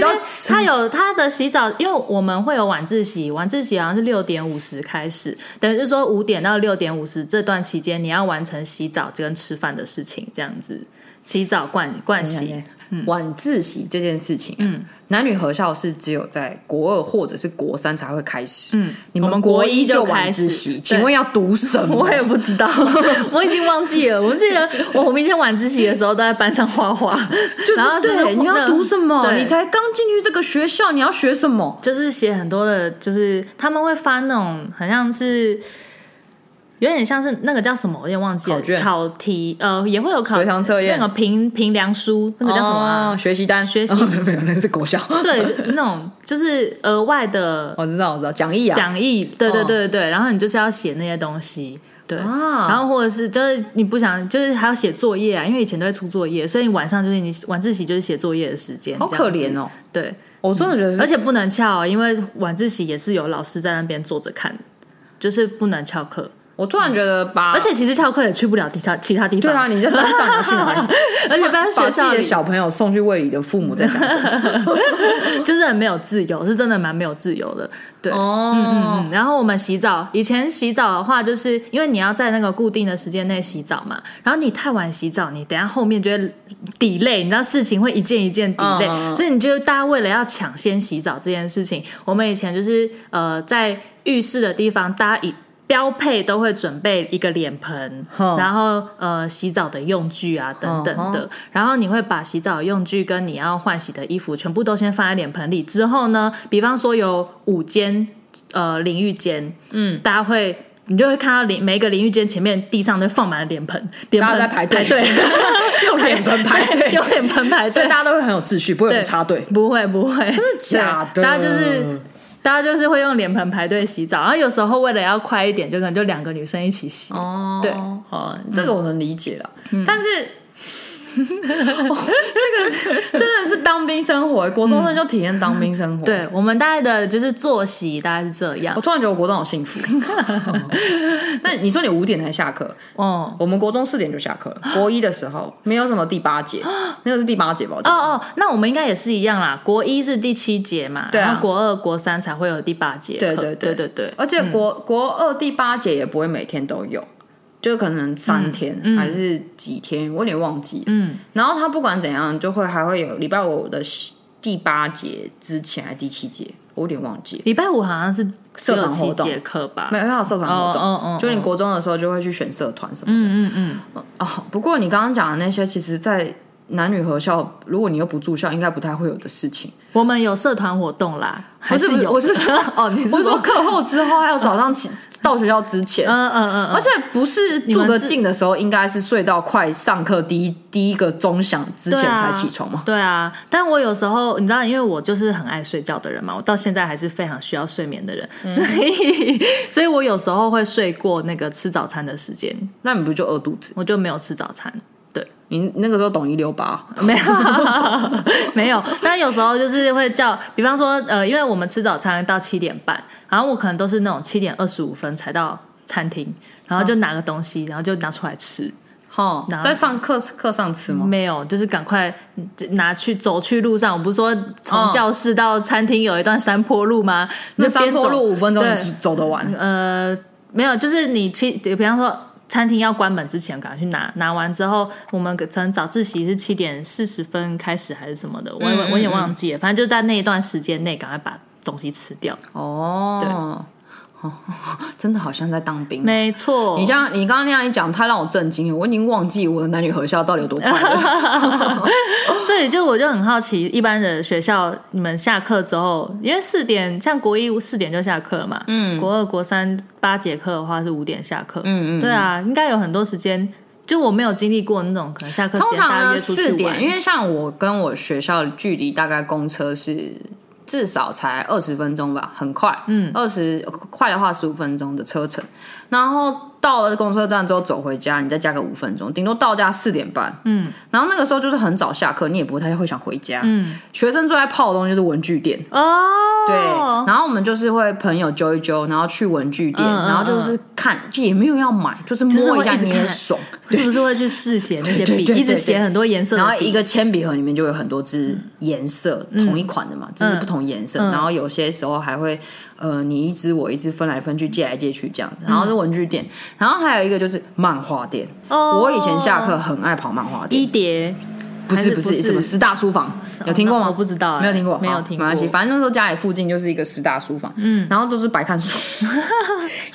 Speaker 1: 其实
Speaker 2: 嗯
Speaker 1: 他有他的洗澡，因为我们会有晚自习，晚自习好像是六点五十开始，等于是说五点到六点五十这段期间，你要完成洗澡跟吃饭的事情，这样子。洗澡、盥盥
Speaker 2: 哎
Speaker 1: 洗，
Speaker 2: 晚自习这件事情，嗯，男女合校是只有在国二或者是国三才会开始，嗯，你
Speaker 1: 我们国
Speaker 2: 国
Speaker 1: 一就
Speaker 2: 就
Speaker 1: 开
Speaker 2: 晚
Speaker 1: 始
Speaker 2: 自习，
Speaker 1: 对
Speaker 2: 请问要读什么？
Speaker 1: 我也不知道， 我已经忘记了。我记得我明天晚自习的时候都在班上画画，
Speaker 2: 就是
Speaker 1: 然后就是
Speaker 2: 对你要读什么？
Speaker 1: 对
Speaker 2: 你才刚进去这个学校，你要学什么？
Speaker 1: 就是写很多的，就是他们会发那种很像是，有点像是那个叫什么，我有点忘记了。
Speaker 2: 考卷
Speaker 1: 考题，呃，也会有考
Speaker 2: 随堂测验
Speaker 1: 那个评评量书，那个叫什么啊？
Speaker 2: 哦学习单，
Speaker 1: 学习
Speaker 2: 没有，那是国校。
Speaker 1: 对，就那种就是额外的
Speaker 2: 我知道，我知道，讲义啊，哦
Speaker 1: 讲义，对对对对对，然后你就是要写那些东西。对，
Speaker 2: 啊
Speaker 1: 然后或者是就是你不想，就是还要写作业啊，因为以前都会出作业，所以你晚上就是你晚自习就是写作业的时间，
Speaker 2: 好
Speaker 1: 这样
Speaker 2: 可
Speaker 1: 子
Speaker 2: 怜。哦。
Speaker 1: 对，
Speaker 2: 我真的觉得是
Speaker 1: 而且不能翘啊，因为晚自习也是有老师在那边坐着看，就是不能翘课。
Speaker 2: 我突然觉得把，
Speaker 1: 而且其实翘课也去不了其他其他地方。
Speaker 2: 对啊，，你在山上你要去哪 里？
Speaker 1: 而且在学
Speaker 2: 啊把
Speaker 1: 校
Speaker 2: 自己的
Speaker 1: 里
Speaker 2: 小朋友送去卫理的父母在想什么？
Speaker 1: 就是很没有自由，是真的蛮没有自由的。对，
Speaker 2: 哦，
Speaker 1: 嗯，然后我们洗澡，以前洗澡的话，就是因为你要在那个固定的时间内洗澡嘛，然后你太晚洗澡，你等一下后面就会 delay，你知道事情会一件一件 delay，、
Speaker 2: 嗯嗯嗯
Speaker 1: 所以你就大家为了要抢先洗澡这件事情，我们以前就是呃在浴室的地方，大家以标配都会准备一个脸盆，
Speaker 2: 哼嗯
Speaker 1: 然后呃洗澡的用具啊等等的，然后你会把洗澡用具跟你要换洗的衣服全部都先放在脸盆里，之后呢，比方说有五间呃淋浴间，嗯，大家会。你就会看到淋每一个淋浴间前面地上都放满了脸盆，脸
Speaker 2: 大
Speaker 1: 盆
Speaker 2: 家在排队
Speaker 1: 队，
Speaker 2: 用脸盆排队
Speaker 1: 用脸盆排
Speaker 2: 所以
Speaker 1: 队，
Speaker 2: 大家都会很有秩序，不会有人插队。
Speaker 1: 不会不会，
Speaker 2: 真的假的？
Speaker 1: 对大家就是大家就是会用脸盆排队洗澡，然后有时候为了要快一点，就可能就两个女生一起洗。
Speaker 2: 哦，嗯
Speaker 1: 对
Speaker 2: 好，这个我能理解了， 但是。哦这个是真的是当兵生活，欸国中生就体验当兵生活。，
Speaker 1: 对我们大概的就是作息大概是这样
Speaker 2: 我。突然觉得我国中好幸 福。那你说你五点才下课，
Speaker 1: 哦
Speaker 2: 我们国中四点就下课了。国一的时候没有什么第八节，那个是第八节吧？我记
Speaker 1: 哦
Speaker 2: 得
Speaker 1: 哦，那我们应该也是一样啦。国一是第七节嘛，
Speaker 2: 对啊
Speaker 1: 然后国二、国三才会有第八节课。对
Speaker 2: 对对
Speaker 1: 对
Speaker 2: 对
Speaker 1: 对对
Speaker 2: 而且国、国二第八节也不会每天都有，就可能三天、还是几天，我有点忘记。
Speaker 1: 嗯，
Speaker 2: 然后他不管怎样，就会还会有礼拜五的第八节之前还是第七节，我有点忘记。
Speaker 1: 礼拜五好像是只
Speaker 2: 社
Speaker 1: 有
Speaker 2: 团
Speaker 1: 七
Speaker 2: 活动
Speaker 1: 节课吧
Speaker 2: 没？有，因为还有社团活动，
Speaker 1: 哦哦哦
Speaker 2: 就你国中的时候就会去选社团什么
Speaker 1: 嗯嗯嗯，
Speaker 2: 的。哦，不过你刚刚讲的那些，其实，在男女合校，如果你又不住校，应该不太会有的事情。
Speaker 1: 我们有社团活动啦，还
Speaker 2: 不是
Speaker 1: 有。
Speaker 2: 我是说
Speaker 1: 哦，你
Speaker 2: 我
Speaker 1: 是
Speaker 2: 是说
Speaker 1: 说？
Speaker 2: 课后之后，还有早上起到学校之前，
Speaker 1: 嗯嗯嗯，
Speaker 2: 而
Speaker 1: 嗯
Speaker 2: 且不是
Speaker 1: 你
Speaker 2: 住
Speaker 1: 们
Speaker 2: 得
Speaker 1: 是
Speaker 2: 近的时候，应该是睡到快上课第一第一个钟响之前
Speaker 1: 对啊
Speaker 2: 才起床嘛。
Speaker 1: 对啊，但我有时候你知道，因为我就是很爱睡觉的人嘛，我到现在还是非常需要睡眠的人，
Speaker 2: 嗯
Speaker 1: 所以 所以我有时候会睡过那个吃早餐的时间，
Speaker 2: 那你不就饿肚子？
Speaker 1: 我就没有吃早餐。对，
Speaker 2: 你那个时候懂一六八，
Speaker 1: 没有 没有， 但有时候就是会叫，比方说呃，因为我们吃早餐到七点半，然后我可能都是那种七点二十五分才到餐厅，然后就
Speaker 2: 嗯
Speaker 1: 拿个东西，然后就拿出来吃。
Speaker 2: 哈
Speaker 1: 哪，
Speaker 2: 在上课课上吃吗？
Speaker 1: 没有，就是赶快嗯拿去走去路上。我不是说从教室到餐厅有一段山坡路吗？
Speaker 2: 哦那
Speaker 1: 就边
Speaker 2: 山坡
Speaker 1: 走
Speaker 2: 路五分钟
Speaker 1: 对
Speaker 2: 你走得完，
Speaker 1: 呃，没有，就是你七，比方说餐厅要关门之前，赶快去拿，拿完之后，我们可能早自习是七点四十分开始还是什么的，我也
Speaker 2: 嗯
Speaker 1: 我有点忘记了，反正就在那一段时间内，赶快把东西吃掉。
Speaker 2: 嗯哦，哦， 真的好像在当兵。
Speaker 1: 没错，
Speaker 2: 你这样，你刚刚那样一讲，太让我震惊了。我已经忘记我的男女合校到底有多快乐。
Speaker 1: 所以就我就很好奇，一般的学校你们下课之后，因为四点像国一四点就下课嘛，嗯，国二国三八节课的话是五点下课，嗯嗯，对啊，应该有很多时间。就我没有经历过那种可能下课时
Speaker 2: 通
Speaker 1: 间大
Speaker 2: 常
Speaker 1: 家
Speaker 2: 呢，
Speaker 1: 约出去
Speaker 2: 四
Speaker 1: 玩，
Speaker 2: 点，因为像我跟我学校距离大概公车是至少才二十分钟吧，很快，嗯，二十快的话十五分钟的车程，然后到了公车站之后走回家，你再加个五分钟，顶多到家四点半，嗯，然后那个时候就是很早下课，你也不太会想回家，嗯，学生最爱泡的东西就是文具店，
Speaker 1: 哦，
Speaker 2: 对，然后我们就是会朋友揪一揪，然后去文具店，
Speaker 1: 嗯嗯
Speaker 2: 然后就是看，就也没有要买，就是
Speaker 1: 是
Speaker 2: 摸
Speaker 1: 会
Speaker 2: 一下
Speaker 1: 一直
Speaker 2: 你也
Speaker 1: 看
Speaker 2: 爽。
Speaker 1: 是不是会去试写那些
Speaker 2: 对
Speaker 1: 笔，
Speaker 2: 对对
Speaker 1: 一直
Speaker 2: 对
Speaker 1: 写很多颜色的
Speaker 2: 然
Speaker 1: 笔？
Speaker 2: 后一个铅笔盒里面就有很多支
Speaker 1: 嗯
Speaker 2: 颜色，同一款的嘛，只是不同颜色。然后有些时候还会，呃，你一支我一支分来分去，借来借去
Speaker 1: 嗯
Speaker 2: 这样子。然后是文具店，然后还有一个就是漫画店。
Speaker 1: 哦
Speaker 2: 我以前下课很爱跑漫画店，
Speaker 1: 一叠，
Speaker 2: 不
Speaker 1: 还
Speaker 2: 是
Speaker 1: 是
Speaker 2: 不
Speaker 1: 不
Speaker 2: 是
Speaker 1: 是
Speaker 2: 什么十大书房，有听过
Speaker 1: 那
Speaker 2: 吗？
Speaker 1: 我不知道欸
Speaker 2: 没有听过，
Speaker 1: 没有
Speaker 2: 好
Speaker 1: 听
Speaker 2: 没关系。
Speaker 1: 过
Speaker 2: 反正那时候家里附近就是一个十大书房，嗯，然后都是白看书，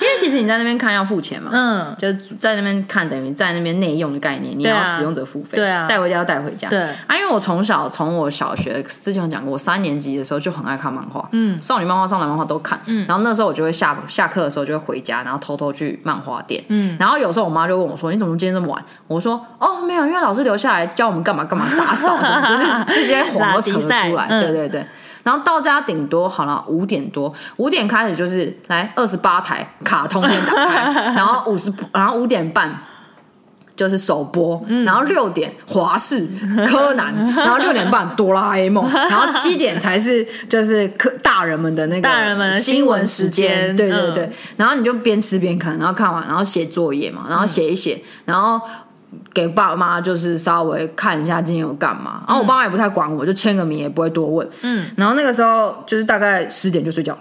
Speaker 2: 因为其实你在那边看要付钱嘛，
Speaker 1: 嗯，
Speaker 2: 就是在那边看，等于在那边内用的概念，你也
Speaker 1: 啊
Speaker 2: 要使用者付费，
Speaker 1: 对啊
Speaker 2: 带回家要带回家，
Speaker 1: 对
Speaker 2: 啊，因为我从小从我小学之前有讲过，我三年级的时候就很爱看漫画，嗯，少女漫画、少男漫画都看，嗯，然后那时候我就会下下课的时候就会回家，然后偷偷去漫画店，嗯，然后有时候我妈就问我说：“你怎么今天这么晚？”我说：“哦，没有，因为老师留下来教我们干嘛干嘛，打扫什 么，就是这些谎都扯出
Speaker 1: 拉
Speaker 2: 来，
Speaker 1: 迪赛嗯
Speaker 2: 对对对。”然后到家顶多好了五点多，五点开始就是来二十八台卡通先打 开，然后五十，然后五点半就是首播，
Speaker 1: 嗯
Speaker 2: 然后六点华视、柯南，然后六点半哆啦 A 梦，然后七点才是就是科大人们的那个
Speaker 1: 大人们的
Speaker 2: 新闻时
Speaker 1: 新闻时间
Speaker 2: 对对对。
Speaker 1: 嗯
Speaker 2: 然后你就边吃边看，然后看完，然后写作业嘛，然后写一写，然后。给爸妈就是稍微看一下今天有干嘛，然后我爸妈也不太管我，就签个名也不会多问。嗯，然后那个时候就是大概十点就睡觉了，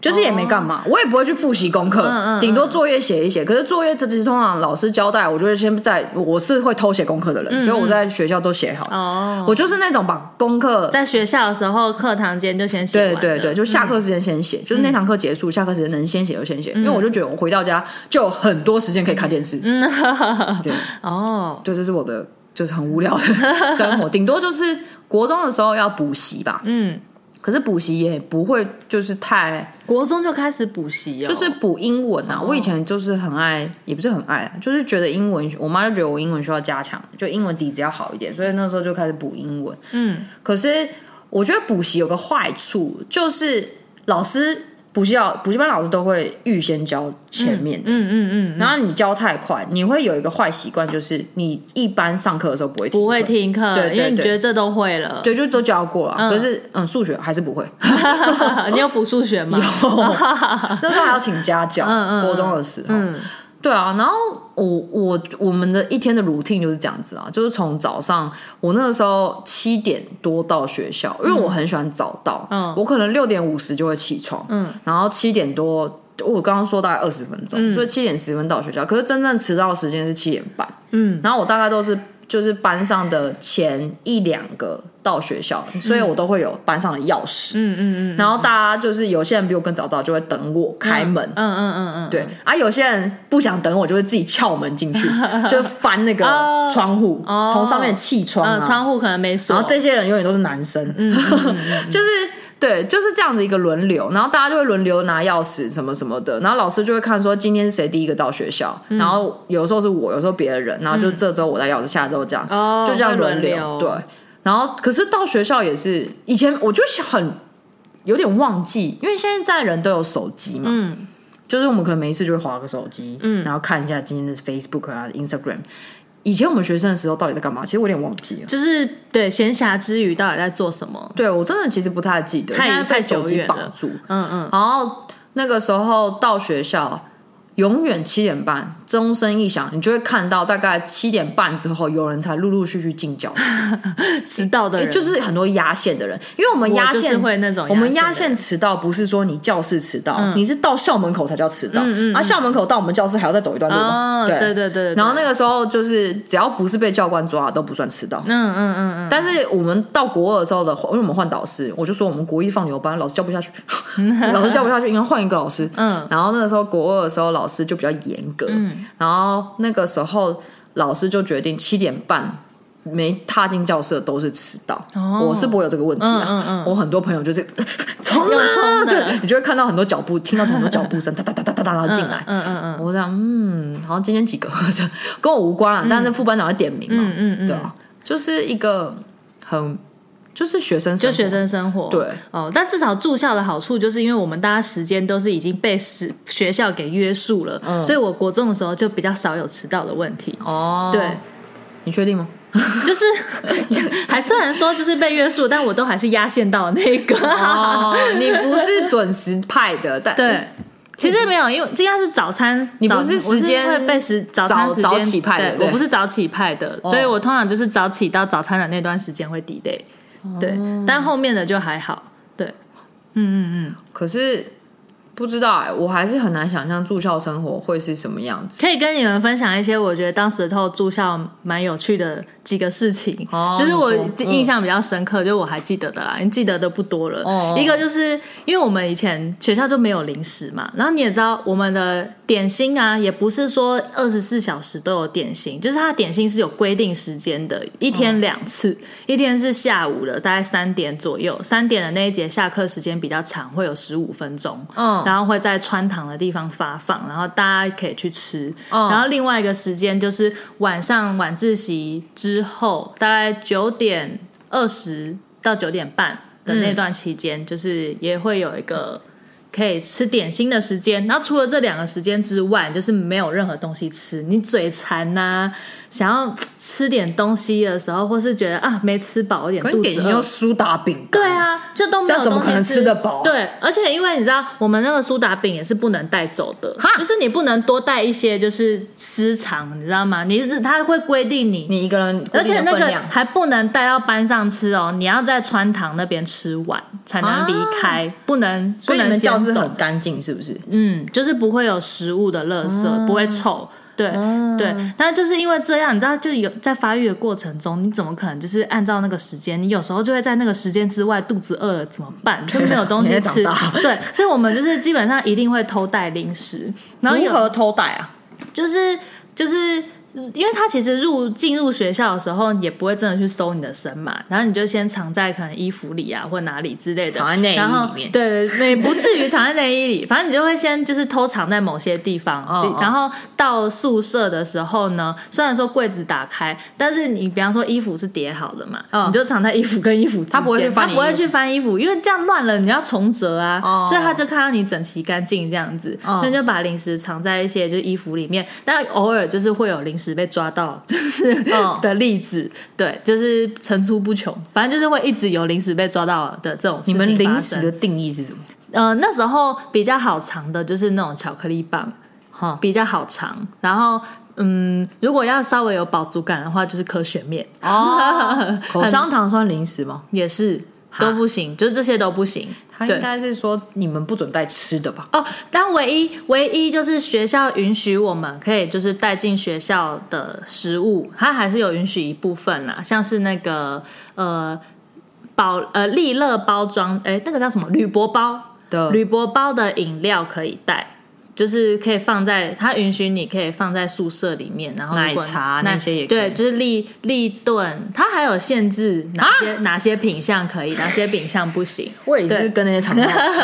Speaker 2: 就是也没干嘛，我也不会去复习功课，顶多作业写一写。可是作业这其实通常老师交代，我就会先在，我是会偷写功课的人，所以我在学校都写好。
Speaker 1: 哦，
Speaker 2: 我就是那种把功课。
Speaker 1: 在学校的时候，课堂间就先写
Speaker 2: 对
Speaker 1: 完
Speaker 2: 对
Speaker 1: 了
Speaker 2: 对，就下课时间先写，就是那堂课结束，下课时间能先写就先写，因为我就觉得我回到家就有很多时间可以看电视。嗯，对，
Speaker 1: 哦，
Speaker 2: 对，这是我的就是很无聊的生活，顶多就是国中的时候要补习吧，
Speaker 1: 嗯，
Speaker 2: 可是补习也不会就是太
Speaker 1: 国中就开始补习哦，
Speaker 2: 就是补英文啊，我以前就是很爱，也不是很爱啊，就是觉得英文，我妈就觉得我英文需要加强，就英文底子要好一点，所以那时候就开始补英文。
Speaker 1: 嗯，
Speaker 2: 可是我觉得补习有个坏处，就是老师补习老补习班老师都会预先教前面的，
Speaker 1: 嗯嗯嗯，
Speaker 2: 然后你教太快，你会有一个坏习惯，就是你一般上课的时候不会听
Speaker 1: 不会
Speaker 2: 课
Speaker 1: 听课，
Speaker 2: 对对
Speaker 1: 因为你
Speaker 2: 对
Speaker 1: 觉得这都会了，
Speaker 2: 对，就都教过了，可是嗯，数学还是不会。
Speaker 1: 你有补数学吗？
Speaker 2: 啊 那时候还要请家教，
Speaker 1: 嗯
Speaker 2: 国中的时候。对啊，然后我我我们的一天的 routine 就是这样子啊，就是从早上我那个时候七点多到学校，因为我很喜欢早到，
Speaker 1: 嗯
Speaker 2: 我可能六点五十就会起床，
Speaker 1: 嗯，
Speaker 2: 然后七点多，我刚刚说大概二十分钟，所以七点十分到学校，可是真正迟到的时间是七点半，
Speaker 1: 嗯，
Speaker 2: 然后我大概都是就是班上的前一两个到学校，所以我都会有班上的钥匙，
Speaker 1: 嗯嗯嗯
Speaker 2: 然后大家就是有些人比我更早到，就会等我开门。
Speaker 1: 嗯嗯嗯嗯，
Speaker 2: 对啊，有些人不想等我，就会自己撬门进 去，就翻那个
Speaker 1: 哦
Speaker 2: 窗户，
Speaker 1: 哦
Speaker 2: 从上面气窗啊。
Speaker 1: 嗯，窗户可能没锁，
Speaker 2: 然后这些人永远都是男生，
Speaker 1: 嗯
Speaker 2: 就是对，就是这样子一个轮流，然后大家就会轮流拿钥匙什么什么的，然后老师就会看说今天是谁第一个到学校，
Speaker 1: 嗯
Speaker 2: 然后有时候是我，有时候别的人，然后就这周我带钥匙，下周这样，
Speaker 1: 哦
Speaker 2: 就这样
Speaker 1: 会轮
Speaker 2: 流，
Speaker 1: 流
Speaker 2: 对。然后，可是到学校也是，以前我就是很有点忘记，因为现在人都有手机嘛，
Speaker 1: 嗯，
Speaker 2: 就是我们可能没事就会划个手机，嗯，然后看一下今天的 Facebook 啊、Instagram。以前我们学生的时候到底在干嘛？其实我有点忘记了。
Speaker 1: 就是对闲暇之余到底在做什么？
Speaker 2: 对我真的其实不太记得，
Speaker 1: 太
Speaker 2: 现在被手
Speaker 1: 太久
Speaker 2: 机
Speaker 1: 远了
Speaker 2: 绑住。
Speaker 1: 嗯嗯，
Speaker 2: 然后那个时候到学校，永远七点半，钟声一响，你就会看到大概七点半之后，有人才陆陆续续进教室，
Speaker 1: 迟到的人
Speaker 2: 哎就是很多压线的人，因为我们
Speaker 1: 我
Speaker 2: 压
Speaker 1: 就是
Speaker 2: 线
Speaker 1: 会那种
Speaker 2: 我们压
Speaker 1: 压线的嗯
Speaker 2: 线迟到不是说你教室迟到，你是到校门口才叫迟到，嗯啊，校门口到我们教室还要再走一段路嘛，
Speaker 1: 哦，对对对对，
Speaker 2: 然后那个时候就是，只要不是被教官抓都不算迟到。
Speaker 1: 嗯嗯嗯嗯，
Speaker 2: 但是我们到国二的时候的，因为我们换导师，我就说我们国一放牛班，老师教不下去， 老师教不下去，应该换一个老师。
Speaker 1: 嗯，
Speaker 2: 然后那个时候国二的时候，老师就比较严格。嗯，然后那个时候老师就决定七点半。没踏进教室的都是迟到，
Speaker 1: 哦
Speaker 2: 我是不会有这个问题的。
Speaker 1: 嗯嗯
Speaker 2: 我很多朋友就是 冲
Speaker 1: 又
Speaker 2: 啊，
Speaker 1: 冲的
Speaker 2: 对，你就会看到很多脚步，听到很多脚步声，哒哒哒哒哒哒，然后进来。
Speaker 1: 嗯嗯嗯，
Speaker 2: 我想，嗯，好像今天几个 这跟我无关了，但是副班长会点名嘛，
Speaker 1: 嗯嗯嗯嗯
Speaker 2: 对啊，就是一个很就是学生生
Speaker 1: 就
Speaker 2: 活
Speaker 1: 学生生活，
Speaker 2: 对
Speaker 1: 哦，但至少住校的好处就是因为我们大家时间都是已经被时学校给约束了，所以我国中的时候就比较少有迟到的问题。
Speaker 2: 嗯哦，
Speaker 1: 对，
Speaker 2: 你确定吗？
Speaker 1: 就是 还虽然说就是被约束，但我都还是压线到那个。
Speaker 2: 哦，你不是准时派的，但
Speaker 1: 对，其实没有，因为这应该是早餐，
Speaker 2: 你
Speaker 1: 早
Speaker 2: 不是时间
Speaker 1: 我是会被时早餐时间
Speaker 2: 早起派的
Speaker 1: 对
Speaker 2: 对哦
Speaker 1: 我不是早起派的，所以我通常就是早起到早餐的那段时间会 delay，对，
Speaker 2: 哦
Speaker 1: 但后面的就还好，对，
Speaker 2: 可是不知道哎、我还是很难想象住校生活会是什么样子。
Speaker 1: 可以跟你们分享一些我觉得当时候住校蛮有趣的几个事情，
Speaker 2: 哦
Speaker 1: 就是我
Speaker 2: 你说嗯
Speaker 1: 印象比较深刻，就我还记得的啦，你记得的不多了。
Speaker 2: 哦
Speaker 1: 一个就是因为我们以前学校就没有零食嘛，然后你也知道我们的点心啊，也不是说二十四小时都有点心，就是它的点心是有规定时间的，一天两次，
Speaker 2: 嗯
Speaker 1: 一天是下午的大概三点左右，三点的那一节下课时间比较长，会有十五分钟。
Speaker 2: 嗯，
Speaker 1: 然后会在穿堂的地方发放，然后大家可以去吃。
Speaker 2: 嗯
Speaker 1: 然后另外一个时间就是晚上晚自习之后，大概九点二十到九点半的那段期间，就是也会有一个可以吃点心的时间。然后除了这两个时间之外，就是没有任何东西吃。你嘴馋呐、想要吃点东西的时候，或是觉得啊没吃饱，有点
Speaker 2: 可是
Speaker 1: 肚
Speaker 2: 你
Speaker 1: 子
Speaker 2: 点心
Speaker 1: 饿
Speaker 2: 就苏打饼干，
Speaker 1: 对，啊，就都没
Speaker 2: 嗯这
Speaker 1: 有
Speaker 2: 样怎么
Speaker 1: 东
Speaker 2: 可能
Speaker 1: 西
Speaker 2: 吃得饱啊
Speaker 1: 对，而且因为你知道，我们那个苏打饼也是不能带走的，就是你不能多带一些，就是私藏，你知道吗？你是他会规定你。
Speaker 2: 你一个人固
Speaker 1: 而
Speaker 2: 定
Speaker 1: 且
Speaker 2: 的
Speaker 1: 那
Speaker 2: 分
Speaker 1: 个
Speaker 2: 量，
Speaker 1: 还不能带到班上吃哦，你要在穿堂那边吃完才能离开，不能不
Speaker 2: 啊所以你
Speaker 1: 能
Speaker 2: 们教室
Speaker 1: 先走
Speaker 2: 很干净，是不是？
Speaker 1: 嗯，就是不会有食物的垃圾，
Speaker 2: 啊
Speaker 1: 不会臭。对、对，但就是因为这样，你知道，就有在发育的过程中，你怎么可能就是按照那个时间？你有时候就会在那个时间之外肚子饿了怎么办？就没有东
Speaker 2: 你
Speaker 1: 西
Speaker 2: 在长
Speaker 1: 吃
Speaker 2: 大。
Speaker 1: 对，所以我们就是基本上一定会偷带零食，然后有
Speaker 2: 如何偷带啊？
Speaker 1: 就是就是。因为他其实入进入学校的时候，也不会真的去搜你的身嘛，然后你就先藏在可能衣服里啊，或哪里之类的，
Speaker 2: 藏在内衣
Speaker 1: 然后
Speaker 2: 里面
Speaker 1: 对，对对，不至于藏在内衣里，反正你就会先就是偷藏在某些地方，
Speaker 2: 哦
Speaker 1: 然后到宿舍的时候呢，虽然说柜子打开，但是你比方说衣服是叠好的嘛，
Speaker 2: 嗯
Speaker 1: 你就藏在衣服跟衣服之间，
Speaker 2: 他不会去翻
Speaker 1: 他
Speaker 2: 你
Speaker 1: 不会
Speaker 2: 衣服
Speaker 1: 去翻衣服，因为这样乱了，你要重折啊，
Speaker 2: 哦
Speaker 1: 所以他就看到你整齐干净这样子，
Speaker 2: 哦
Speaker 1: 那就把零食藏在一些就是衣服里面，但偶尔就是会有零食被抓到， 就是、
Speaker 2: 嗯
Speaker 1: 的例子，对，就是层出不穷，反正就是会一直有零食被抓到的这种事
Speaker 2: 你
Speaker 1: 情发生。
Speaker 2: 们零食的定义是什么？
Speaker 1: 呃，那时候比较好尝的就是那种巧克力棒，
Speaker 2: 哈
Speaker 1: 比较好尝。然后，嗯，如果要稍微有饱足感的话，就是科学面
Speaker 2: 哦， 口香糖算零食吗？
Speaker 1: 也是都不行，就是这些都不行。
Speaker 2: 他
Speaker 1: 对
Speaker 2: 应该是说你们不准带吃的吧？
Speaker 1: 哦，但唯一唯一就是学校允许我们可以就是带进学校的食物，它还是有允许一部分啦，像是那个呃保呃利乐包装，哎，那个叫什么铝箔包，
Speaker 2: 的
Speaker 1: 铝箔包的饮料可以带。就是可以放在，它允许你可以放在宿舍里面，然后如果
Speaker 2: 奶茶
Speaker 1: 奶
Speaker 2: 那些也可以啊
Speaker 1: 对，就是立立顿，它还有限制哪些、哪些品相可以，哪些品相不行。
Speaker 2: 我也是
Speaker 1: 对
Speaker 2: 跟那些厂 家吃。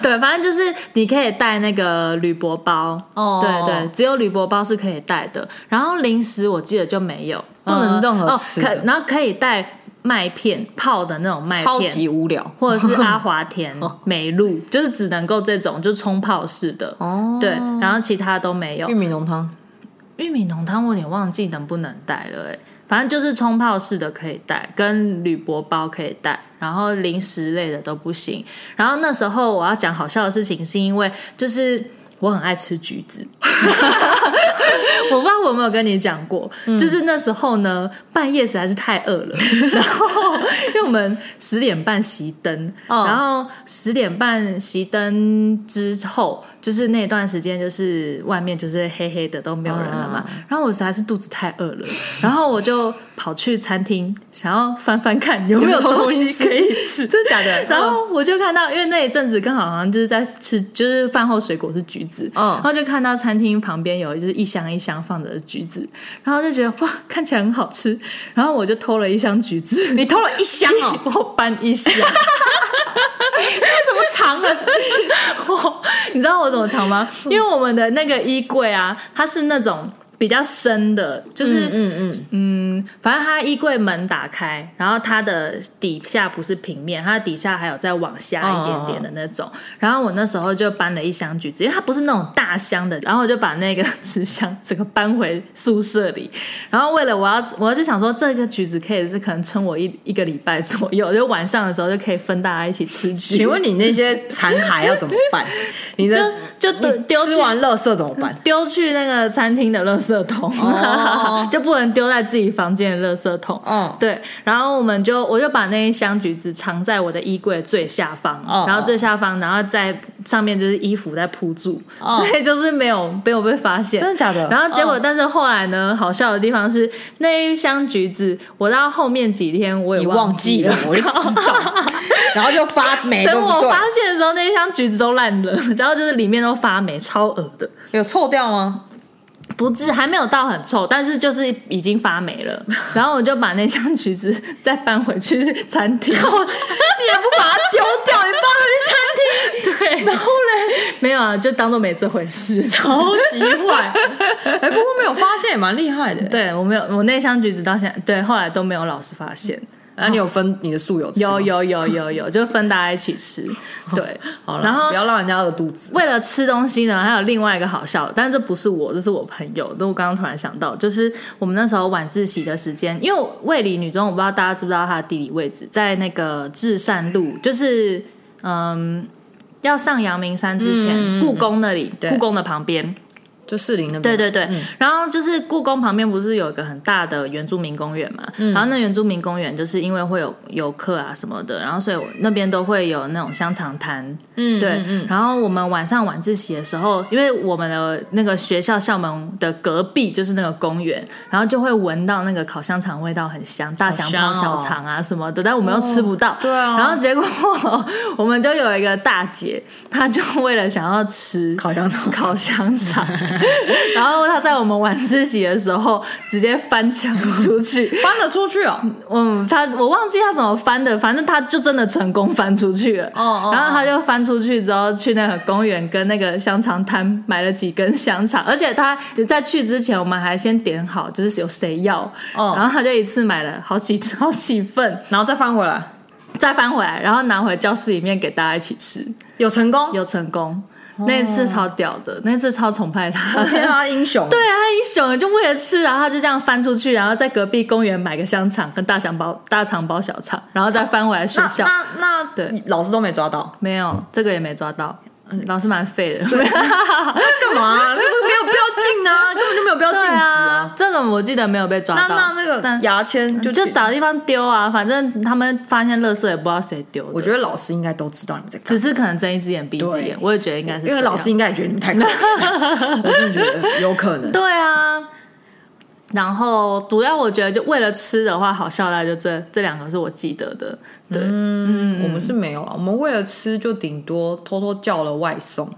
Speaker 1: 对，反正就是你可以带那个铝箔包，
Speaker 2: 哦
Speaker 1: 对对，只有铝箔包是可以带的。然后零食我记得就没有，
Speaker 2: 不能任何
Speaker 1: 哦
Speaker 2: 吃
Speaker 1: 可
Speaker 2: 的
Speaker 1: 然后可以带麦片泡的那种麦
Speaker 2: 超
Speaker 1: 片，
Speaker 2: 级哦无聊。
Speaker 1: 或者是阿华田、 美露，就是只能够这种就冲泡式的。
Speaker 2: 哦，
Speaker 1: 对，然后其他都没有
Speaker 2: 玉。米浓汤，
Speaker 1: 玉米浓汤我有点忘记能不能带了、欸，反正就是冲泡式的可以带，跟铝箔包可以带，然后零食类的都不行。然后那时候我要讲好笑的事情，是因为就是我很爱吃橘子， 我不知道我有没有跟你讲过，就是那时候呢，半夜实在是太饿了， 然后因为我们十点半熄灯，
Speaker 2: 哦
Speaker 1: 然后十点半熄灯之后，就是那段时间就是外面就是黑黑的都没有人了嘛，然后我实在是肚子太饿了， 然后我就跑去餐厅想要翻翻看有没有东西可以吃，
Speaker 2: 真的假 的？ 哦
Speaker 1: 然后我就看到，因为那一阵子刚好好像就是在吃，就是饭后水果是橘子，
Speaker 2: 嗯
Speaker 1: 然后就看到餐厅旁边有就是一箱一箱放着的橘子，然后就觉得哇，看起来很好吃，然后我就偷了一箱橘子，
Speaker 2: 你偷了一箱哦，
Speaker 1: 我搬一箱，
Speaker 2: 怎么藏啊？
Speaker 1: 我你知道我怎么藏吗？因为我们的那个衣柜啊，它是那种比较深的，就是
Speaker 2: 嗯嗯
Speaker 1: 反正它衣柜门打开，然后它的底下不是平面，它的底下还有再往下一点点的那种。然后我那时候就搬了一箱橘子，因为它不是那种大箱的，然后我就把那个纸箱整个搬回宿舍里。然后为了我要，我就想说这个橘子可以是可能撑我一一个礼拜左右，就晚上的时候就可以分大家一起吃橘。
Speaker 2: 请问你那些残骸要怎么 办？你
Speaker 1: 就
Speaker 2: 的
Speaker 1: 就丢
Speaker 2: 你
Speaker 1: 丢
Speaker 2: 吃
Speaker 1: 去
Speaker 2: 完垃圾怎么办？
Speaker 1: 丢去那个餐厅的垃圾桶，
Speaker 2: 哦
Speaker 1: 就不能丢在自己房间的垃圾桶。
Speaker 2: 嗯，
Speaker 1: 对，然后我们就我就把那一箱橘子藏在我的衣柜最下方，
Speaker 2: 哦
Speaker 1: 然后最下方，然后在上面就是衣服在铺住，
Speaker 2: 哦
Speaker 1: 所以就是没有没有被发现
Speaker 2: 真。的假的？
Speaker 1: 然后结果，
Speaker 2: 嗯
Speaker 1: 但是后来呢，好笑的地方是那一箱橘子，我到后面几天我也
Speaker 2: 你忘记了， 我就知 道，然后就发霉，对
Speaker 1: 等
Speaker 2: 不
Speaker 1: 我
Speaker 2: 对
Speaker 1: 发？现的时候，那一箱橘子都烂了，然后就是里面都发霉，超恶的。
Speaker 2: 有臭掉吗？
Speaker 1: 不是还没有到很臭，但是就是已经发霉了。然后我就把那箱橘子再搬回去餐厅。
Speaker 2: 你也不把它丢掉，你
Speaker 1: 对，
Speaker 2: 放回去餐厅，然后嘞，
Speaker 1: 没有啊，就当做没这回事。
Speaker 2: 超级坏。哎，不过没有发现也蛮厉害的。
Speaker 1: 对我没有，我那箱橘子到现在，对，后来都没有老师发现。
Speaker 2: 那你有分你的宿友吃吗？
Speaker 1: 有有有有有，就分大家一起吃。 对，
Speaker 2: 好啦
Speaker 1: 然后
Speaker 2: 不要让人家饿肚子。
Speaker 1: 为了吃东西呢，还有另外一个好笑的，但这不是我，这是我朋友。那我刚刚突然想到，就是我们那时候晚自习的时间，因为卫理女中，我不知道大家知不知道它的地理位置，在那个至善路，就是嗯，要上阳明山之前，
Speaker 2: 嗯嗯嗯
Speaker 1: 故宫那里，
Speaker 2: 对
Speaker 1: 故宫的旁边。
Speaker 2: 就士林那边，
Speaker 1: 对对对，然后就是故宫旁边不是有一个很大的原住民公园嘛？然后那原住民公园就是因为会有游客啊什么的，然后所以我那边都会有那种香肠摊。
Speaker 2: 嗯，
Speaker 1: 对，
Speaker 2: 嗯
Speaker 1: 然后我们晚上晚自习的时候，因为我们的那个学校校门的隔壁就是那个公园，然后就会闻到那个烤香肠味道很香，大香
Speaker 2: 香
Speaker 1: 泡、
Speaker 2: 哦
Speaker 1: 小肠啊什么的，但我们又吃不到。
Speaker 2: 对啊
Speaker 1: 然后结果我们就有一个大姐，她就为了想要吃
Speaker 2: 烤香肠，
Speaker 1: 烤香肠， 然后他在我们晚自习的时候直接翻墙出去。
Speaker 2: 搬得出去哦，
Speaker 1: 嗯，他我忘记他怎么翻的，反正他就真的成功翻出去了。
Speaker 2: 哦哦
Speaker 1: 然后他就翻出去之后，去那个公园跟那个香肠摊买了几根香肠，而且他在去之前，我们还先点好，就是有谁要，
Speaker 2: 哦
Speaker 1: 然后他就一次买了好几 好几份，
Speaker 2: 然后再翻回来，
Speaker 1: 再翻回来，然后拿回教室里面给大家一起吃，
Speaker 2: 有成功，
Speaker 1: 有成功。那一次超屌的，那一次超崇拜他。
Speaker 2: 哦天啊，英雄，
Speaker 1: 对啊，他英雄就为了吃，然后他就这样翻出去，然后在隔壁公园买个香肠跟大肠包大肠包小肠，然后再翻回来学
Speaker 2: 那
Speaker 1: 校。
Speaker 2: 那那
Speaker 1: 对，
Speaker 2: 老师都没抓到，
Speaker 1: 没有，这个也没抓到，老师蛮废的。
Speaker 2: 那干 嘛？那不是没有标镜啊，根本就没有标镜
Speaker 1: 对
Speaker 2: 子啊。
Speaker 1: 啊，这种我记得没有被抓
Speaker 2: 那
Speaker 1: 到。
Speaker 2: 那那个
Speaker 1: 但
Speaker 2: 牙签就
Speaker 1: 就找地方丢啊，反正他们发现垃圾也不知道谁丢的。
Speaker 2: 我觉得老师应该都知道你在干
Speaker 1: 只是可能睁一只眼闭一只眼
Speaker 2: 对，
Speaker 1: 我也觉得应该是
Speaker 2: 嘛，因为
Speaker 1: 这样
Speaker 2: 老师应该也觉得你们太可 怜了，我真的觉得有可能。
Speaker 1: 对啊。然后主要我觉得就为了吃的话，好笑的就这这两个是我记得的。对，
Speaker 2: 我
Speaker 1: 嗯
Speaker 2: 们是没有了，我们为了吃就顶多偷偷叫了外送，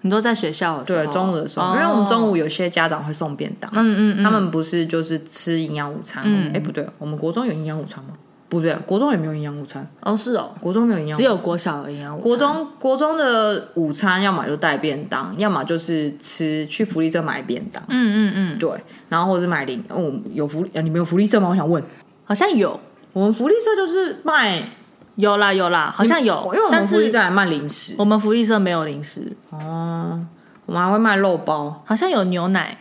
Speaker 1: 你都在学校的时候
Speaker 2: 对，中午的时候，
Speaker 1: 哦
Speaker 2: 因为我们中午有些家长会送便当，
Speaker 1: 嗯嗯嗯
Speaker 2: 他们不是就是吃营养午餐吗？哎、不对，我们国中有营养午餐吗？不对，啊国中也没有营养午餐，
Speaker 1: 哦是哦，
Speaker 2: 国中没有营养
Speaker 1: 只。有国小而已啊。我
Speaker 2: 国中国中的午餐，要么就带便当，要么就是吃去福利社买便当，
Speaker 1: 嗯嗯嗯，
Speaker 2: 对，然后或者是买零。哦，有福利，呃你们有福利社吗？我想问，
Speaker 1: 好像有
Speaker 2: 我们福利社就是卖，
Speaker 1: 有啦有啦，好像有，
Speaker 2: 嗯因为我们
Speaker 1: 但
Speaker 2: 福利
Speaker 1: 是
Speaker 2: 社还卖零食，哦
Speaker 1: 我们福利社没有零食，
Speaker 2: 我们还会卖肉包，
Speaker 1: 好像有牛奶。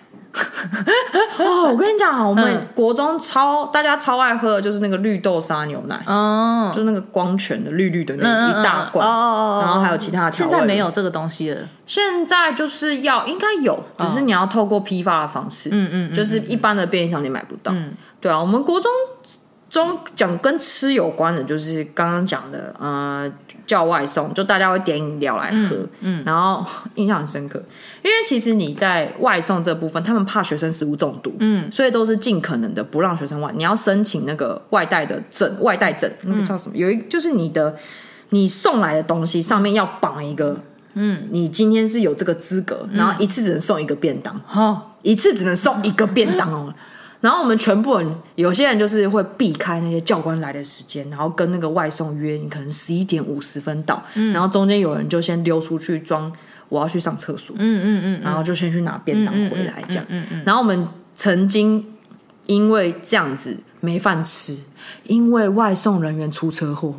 Speaker 2: 哦，我跟你讲，我
Speaker 1: 嗯
Speaker 2: 们国中超、大家超爱喝的就是那个绿豆沙牛奶，
Speaker 1: 哦，
Speaker 2: 就那个光泉的绿绿的那
Speaker 1: 嗯嗯嗯
Speaker 2: 个一大罐，
Speaker 1: 哦哦哦，
Speaker 2: 然后还有
Speaker 1: 哦
Speaker 2: 其他的
Speaker 1: 现
Speaker 2: 调味。
Speaker 1: 在没，有这个东西了。
Speaker 2: 现在就是要应该有，只是你要透过批发的方式，
Speaker 1: 嗯嗯，
Speaker 2: 就是一般的便利商店买不到。对啊，我们国中中讲跟吃有关的，就是刚刚讲的，呃，叫外送，就大家会点饮料来喝，嗯，然后 印象很深刻，因为其实你在外送这部分，他们怕学生食物中毒，嗯，所以都是尽可能的不让学生外，你要申请那个外带的证，外带证那个叫什么？有一就是你的你送来的东西上面要绑一个。嗯，你今天是有这个资格，然后一次只能送一个便当，
Speaker 1: 哦，
Speaker 2: 一次只能送一个便当哦。然后我们全部人，有些人就是会避开那些教官来的时间，然后跟那
Speaker 1: 嗯
Speaker 2: 个外送约，你可能十一点五十分到，然后中间有人就先溜出去装我要去上厕所，
Speaker 1: 嗯嗯
Speaker 2: 然后就先去拿便当
Speaker 1: 嗯，
Speaker 2: 回来这样。
Speaker 1: 嗯嗯
Speaker 2: 然后我们曾经因为这样子没饭吃，因为外送人员出车祸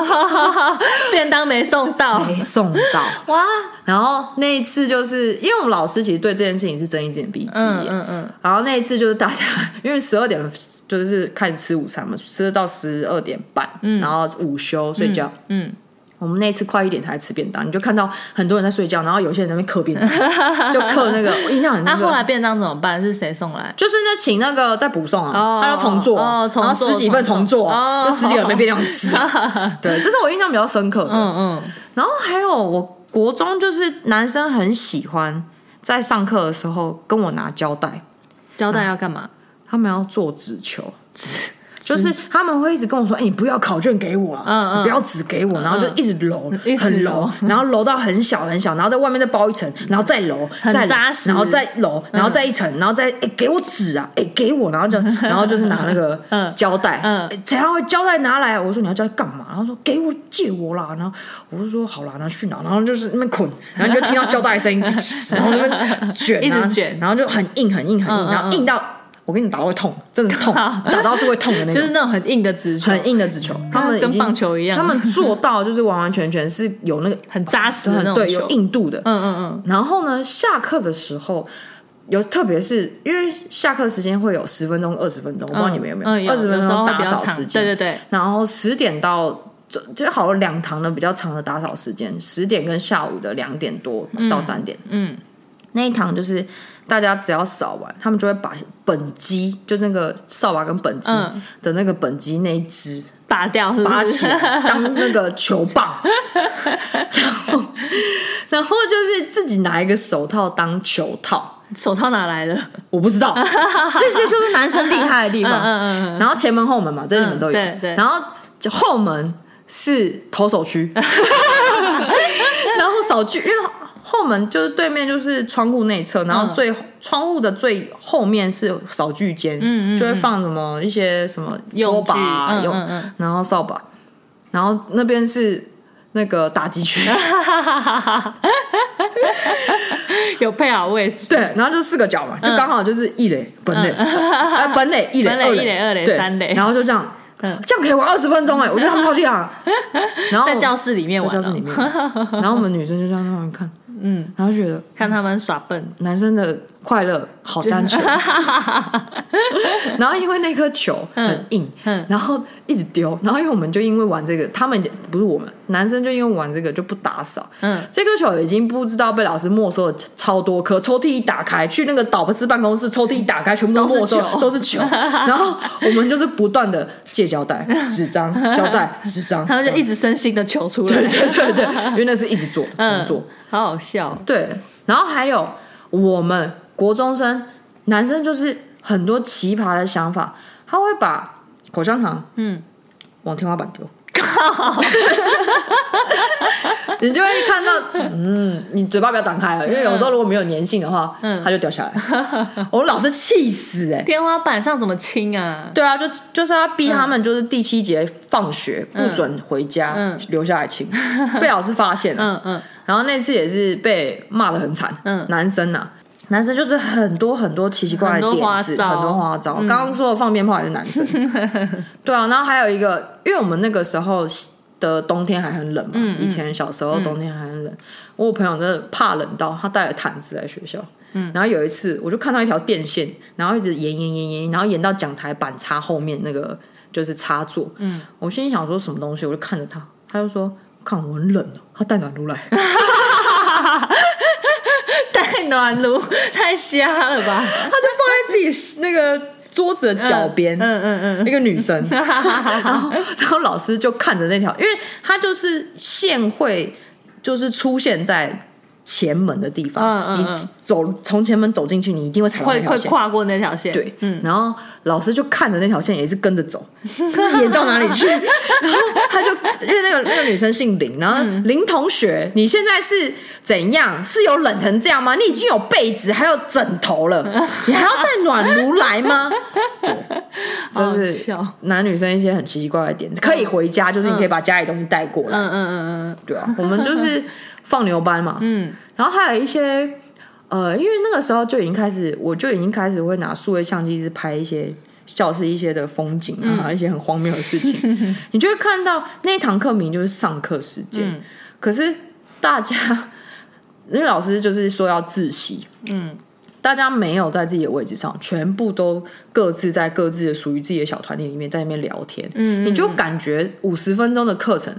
Speaker 1: 嗯，便当没送到，
Speaker 2: 没送 到，
Speaker 1: 哇，
Speaker 2: 然后那一次就是因为我们老师其实对这件事情是睁一只眼闭一只眼，
Speaker 1: 嗯嗯嗯，
Speaker 2: 然后那一次就是大家 因为十二点就是开始吃午餐嘛，吃到十二点半，然后午休睡觉，
Speaker 1: 嗯
Speaker 2: 我们那次快一点才吃便当，你就看到很多人在睡觉，然后有些人在那边嗑便 当，就嗑那个，我印象很
Speaker 1: 那
Speaker 2: 深刻。
Speaker 1: 后来便当怎么办？是谁送 来？
Speaker 2: 就是那请那个再补送
Speaker 1: 哦
Speaker 2: 啊，他要重做啊，
Speaker 1: 哦重做
Speaker 2: 然后十几份重做啊，
Speaker 1: 重
Speaker 2: 就
Speaker 1: 做哦
Speaker 2: 十几个人没便 当吃。
Speaker 1: 嗯
Speaker 2: 对，这是我印象比较深刻的。
Speaker 1: 嗯
Speaker 2: 然后还有，我国中就是男生很喜欢在上课的时候跟我拿胶带，
Speaker 1: 交代要干嘛？
Speaker 2: 他们要做纸球，就是他们会一直跟我说：“哎、你不要考卷给我啊，
Speaker 1: 嗯嗯嗯
Speaker 2: 你不要纸给我。”然后就一直揉，
Speaker 1: 一直
Speaker 2: 很
Speaker 1: 揉嗯
Speaker 2: 揉，然后揉到很小很小，然后在外面再包一层，然后再揉，
Speaker 1: 很
Speaker 2: 再揉
Speaker 1: 扎实嗯
Speaker 2: 然后再揉，然后再一层，然后再哎、给我纸啊，哎、给我，然后就然后就是拿那个
Speaker 1: 嗯
Speaker 2: 胶带，
Speaker 1: 嗯
Speaker 2: 哎怎样会胶带拿来？我说你要胶带干嘛？然后说给我借我啦，然后我就说好啦，然后去拿，然后就是那边捆，然后你就听到胶带的 声音，然后那边卷、啊，
Speaker 1: 一直卷
Speaker 2: 然后就很硬很硬很硬，
Speaker 1: 嗯嗯
Speaker 2: 然后硬到我跟你打到会痛，真的是痛，
Speaker 1: 好
Speaker 2: 打到是会痛的那种，
Speaker 1: 就是那种很硬的直球，
Speaker 2: 很硬的纸球，他们已经
Speaker 1: 跟棒球一样
Speaker 2: 他们做到就是完完全全是有那个
Speaker 1: 很扎实的那种
Speaker 2: 很对
Speaker 1: 球
Speaker 2: 有硬度的。
Speaker 1: 嗯嗯
Speaker 2: 然后呢，下课的时候。有，特别是因为下课时间会有十分钟、二十分钟，我
Speaker 1: 嗯，
Speaker 2: 不知道你们有没
Speaker 1: 嗯
Speaker 2: 有二十分
Speaker 1: 时候
Speaker 2: 钟
Speaker 1: 会比
Speaker 2: 打
Speaker 1: 较
Speaker 2: 扫
Speaker 1: 长
Speaker 2: 时间，
Speaker 1: 对对对，
Speaker 2: 然后十点到就就好像两堂的比较长的打扫时间，十点跟下午的两点多到三点、
Speaker 1: 嗯，
Speaker 2: 那一堂就是大家只要扫完，他们就会把本机就那个扫把跟本机
Speaker 1: 嗯
Speaker 2: 的那个本机那一只
Speaker 1: 拔掉是不是
Speaker 2: 拔起来当那个球 棒，然后然后就是自己拿一个手套当球套。
Speaker 1: 手套哪来的？
Speaker 2: 我不知道，这些就是男生厉害的地方。
Speaker 1: 嗯嗯
Speaker 2: 然后前门后门嘛，这你们都
Speaker 1: 嗯
Speaker 2: 有。
Speaker 1: 对对
Speaker 2: 然后就后门是投 手区， 然后扫区，因为后门就是对面就是窗户内
Speaker 1: 嗯
Speaker 2: 侧，然后最、窗户的最后面是扫具间，嗯就会放什么一些什么
Speaker 1: 用
Speaker 2: 拖把啊、
Speaker 1: 具嗯
Speaker 2: 用
Speaker 1: 嗯嗯
Speaker 2: 然后扫把，然后那边是那个打 击区。
Speaker 1: 嗯，有配好位置，
Speaker 2: 对，然后就四个角
Speaker 1: 嗯
Speaker 2: 嘛，就刚好就是一垒、本垒、啊本 垒、一垒、
Speaker 1: 本垒
Speaker 2: 二
Speaker 1: 一垒二垒
Speaker 2: 对
Speaker 1: 三垒
Speaker 2: 然后就这样，
Speaker 1: 嗯
Speaker 2: 这样可以玩二十分 钟哎，我觉得他们超厉害。然后
Speaker 1: 在教室里面
Speaker 2: 在
Speaker 1: 玩
Speaker 2: 教
Speaker 1: 哦，
Speaker 2: 室里 面，然后我们女生就这样在旁边看，嗯，然后觉得
Speaker 1: 看他们耍笨，
Speaker 2: 男生的快乐好 单纯。然后因为那颗球很硬，
Speaker 1: 嗯
Speaker 2: 然后一直丢，然后因为我们就因为玩这个，他们不是我们男生就因为玩这个就不打扫，
Speaker 1: 嗯，
Speaker 2: 这颗球已经不知道被老师没收了超多颗，抽屉一打开，去那个导师办公室，抽屉一打开，全部都没收，
Speaker 1: 都
Speaker 2: 都是球。然后我们就是不断的借胶带、纸张、胶带、纸张，
Speaker 1: 他们就一直生新的球出来，对
Speaker 2: 对对对，因为那是一直做，
Speaker 1: 嗯
Speaker 2: 重做。
Speaker 1: 好好笑哦，
Speaker 2: 对，然后还有我们国中生男生就是很多奇葩的想法，他会把口香糖
Speaker 1: 嗯
Speaker 2: 往天花板丢。你就会看到，嗯，你嘴巴不要张开了，因为有时候如果没有粘性的话，嗯，它就掉下来。我们老师气死哎、欸！
Speaker 1: 天花板上怎么清啊？
Speaker 2: 对啊，就就是要逼他们，就是第七节放学不准回家，
Speaker 1: 嗯
Speaker 2: 留下来清，被老师发现了。
Speaker 1: 嗯嗯
Speaker 2: 然后那次也是被骂的很惨，
Speaker 1: 嗯
Speaker 2: 男生呐、男生就是很多很多奇奇怪怪的
Speaker 1: 很多花
Speaker 2: 点子，
Speaker 1: 招嗯
Speaker 2: 很多花招。刚刚说的放鞭炮也是 男生，对啊。然后还有一个，因为我们那个时候的冬天还很冷嘛，
Speaker 1: 嗯
Speaker 2: 以前小时候冬天还很冷，我有朋友真的怕冷到他带了毯子来学校。嗯，然后有一次我就看到一条电线，然后一直延延延延，然后延到讲台板插后面那个就是插座。嗯，我心里想说什么东西，我就看着他，他就说。看我很冷哦，他带暖炉来，
Speaker 1: 太暖炉 太瞎了吧？
Speaker 2: 他就放在自己那个桌子的脚边，
Speaker 1: 嗯嗯
Speaker 2: 一个 女生，
Speaker 1: 嗯，哈哈哈哈
Speaker 2: 然后然后老师就看着那条，因为他就是线会就是出现在前门的地方，
Speaker 1: 嗯嗯嗯
Speaker 2: 你走从前门走进去，你一定会踩到那
Speaker 1: 会
Speaker 2: 条
Speaker 1: 会
Speaker 2: 线。
Speaker 1: 跨过那条线，
Speaker 2: 对，然后老师就看着那条线，也是跟着走， 就是演到哪 里去。然后他就因为那个那个女生姓林，然后
Speaker 1: 嗯
Speaker 2: 林同学，你现在是怎样？是有冷成这样吗？你已经有被子，还有枕 头了，你还要带暖炉来吗？
Speaker 1: 好好
Speaker 2: 就是
Speaker 1: 笑，嗯
Speaker 2: 男女生一些很奇奇怪怪的点，可以回家，就是你可以把家里东西带过来，
Speaker 1: 嗯嗯嗯嗯，
Speaker 2: 对啊，我们就是放牛班嘛，
Speaker 1: 嗯，
Speaker 2: 然后还有一些呃，因为那个时候就已经开始，我就已经开始会拿数位相机一直拍一些教室一些的风景啊，一些很荒谬的事 情。你就会看到那一堂课名就是上课时间，可是大家那个老师就是说要自习，嗯。大家没有在自己的位置上，全部都各自在各自的属于自己的小团体里面在那边聊天，嗯你就感觉五十分钟的课程，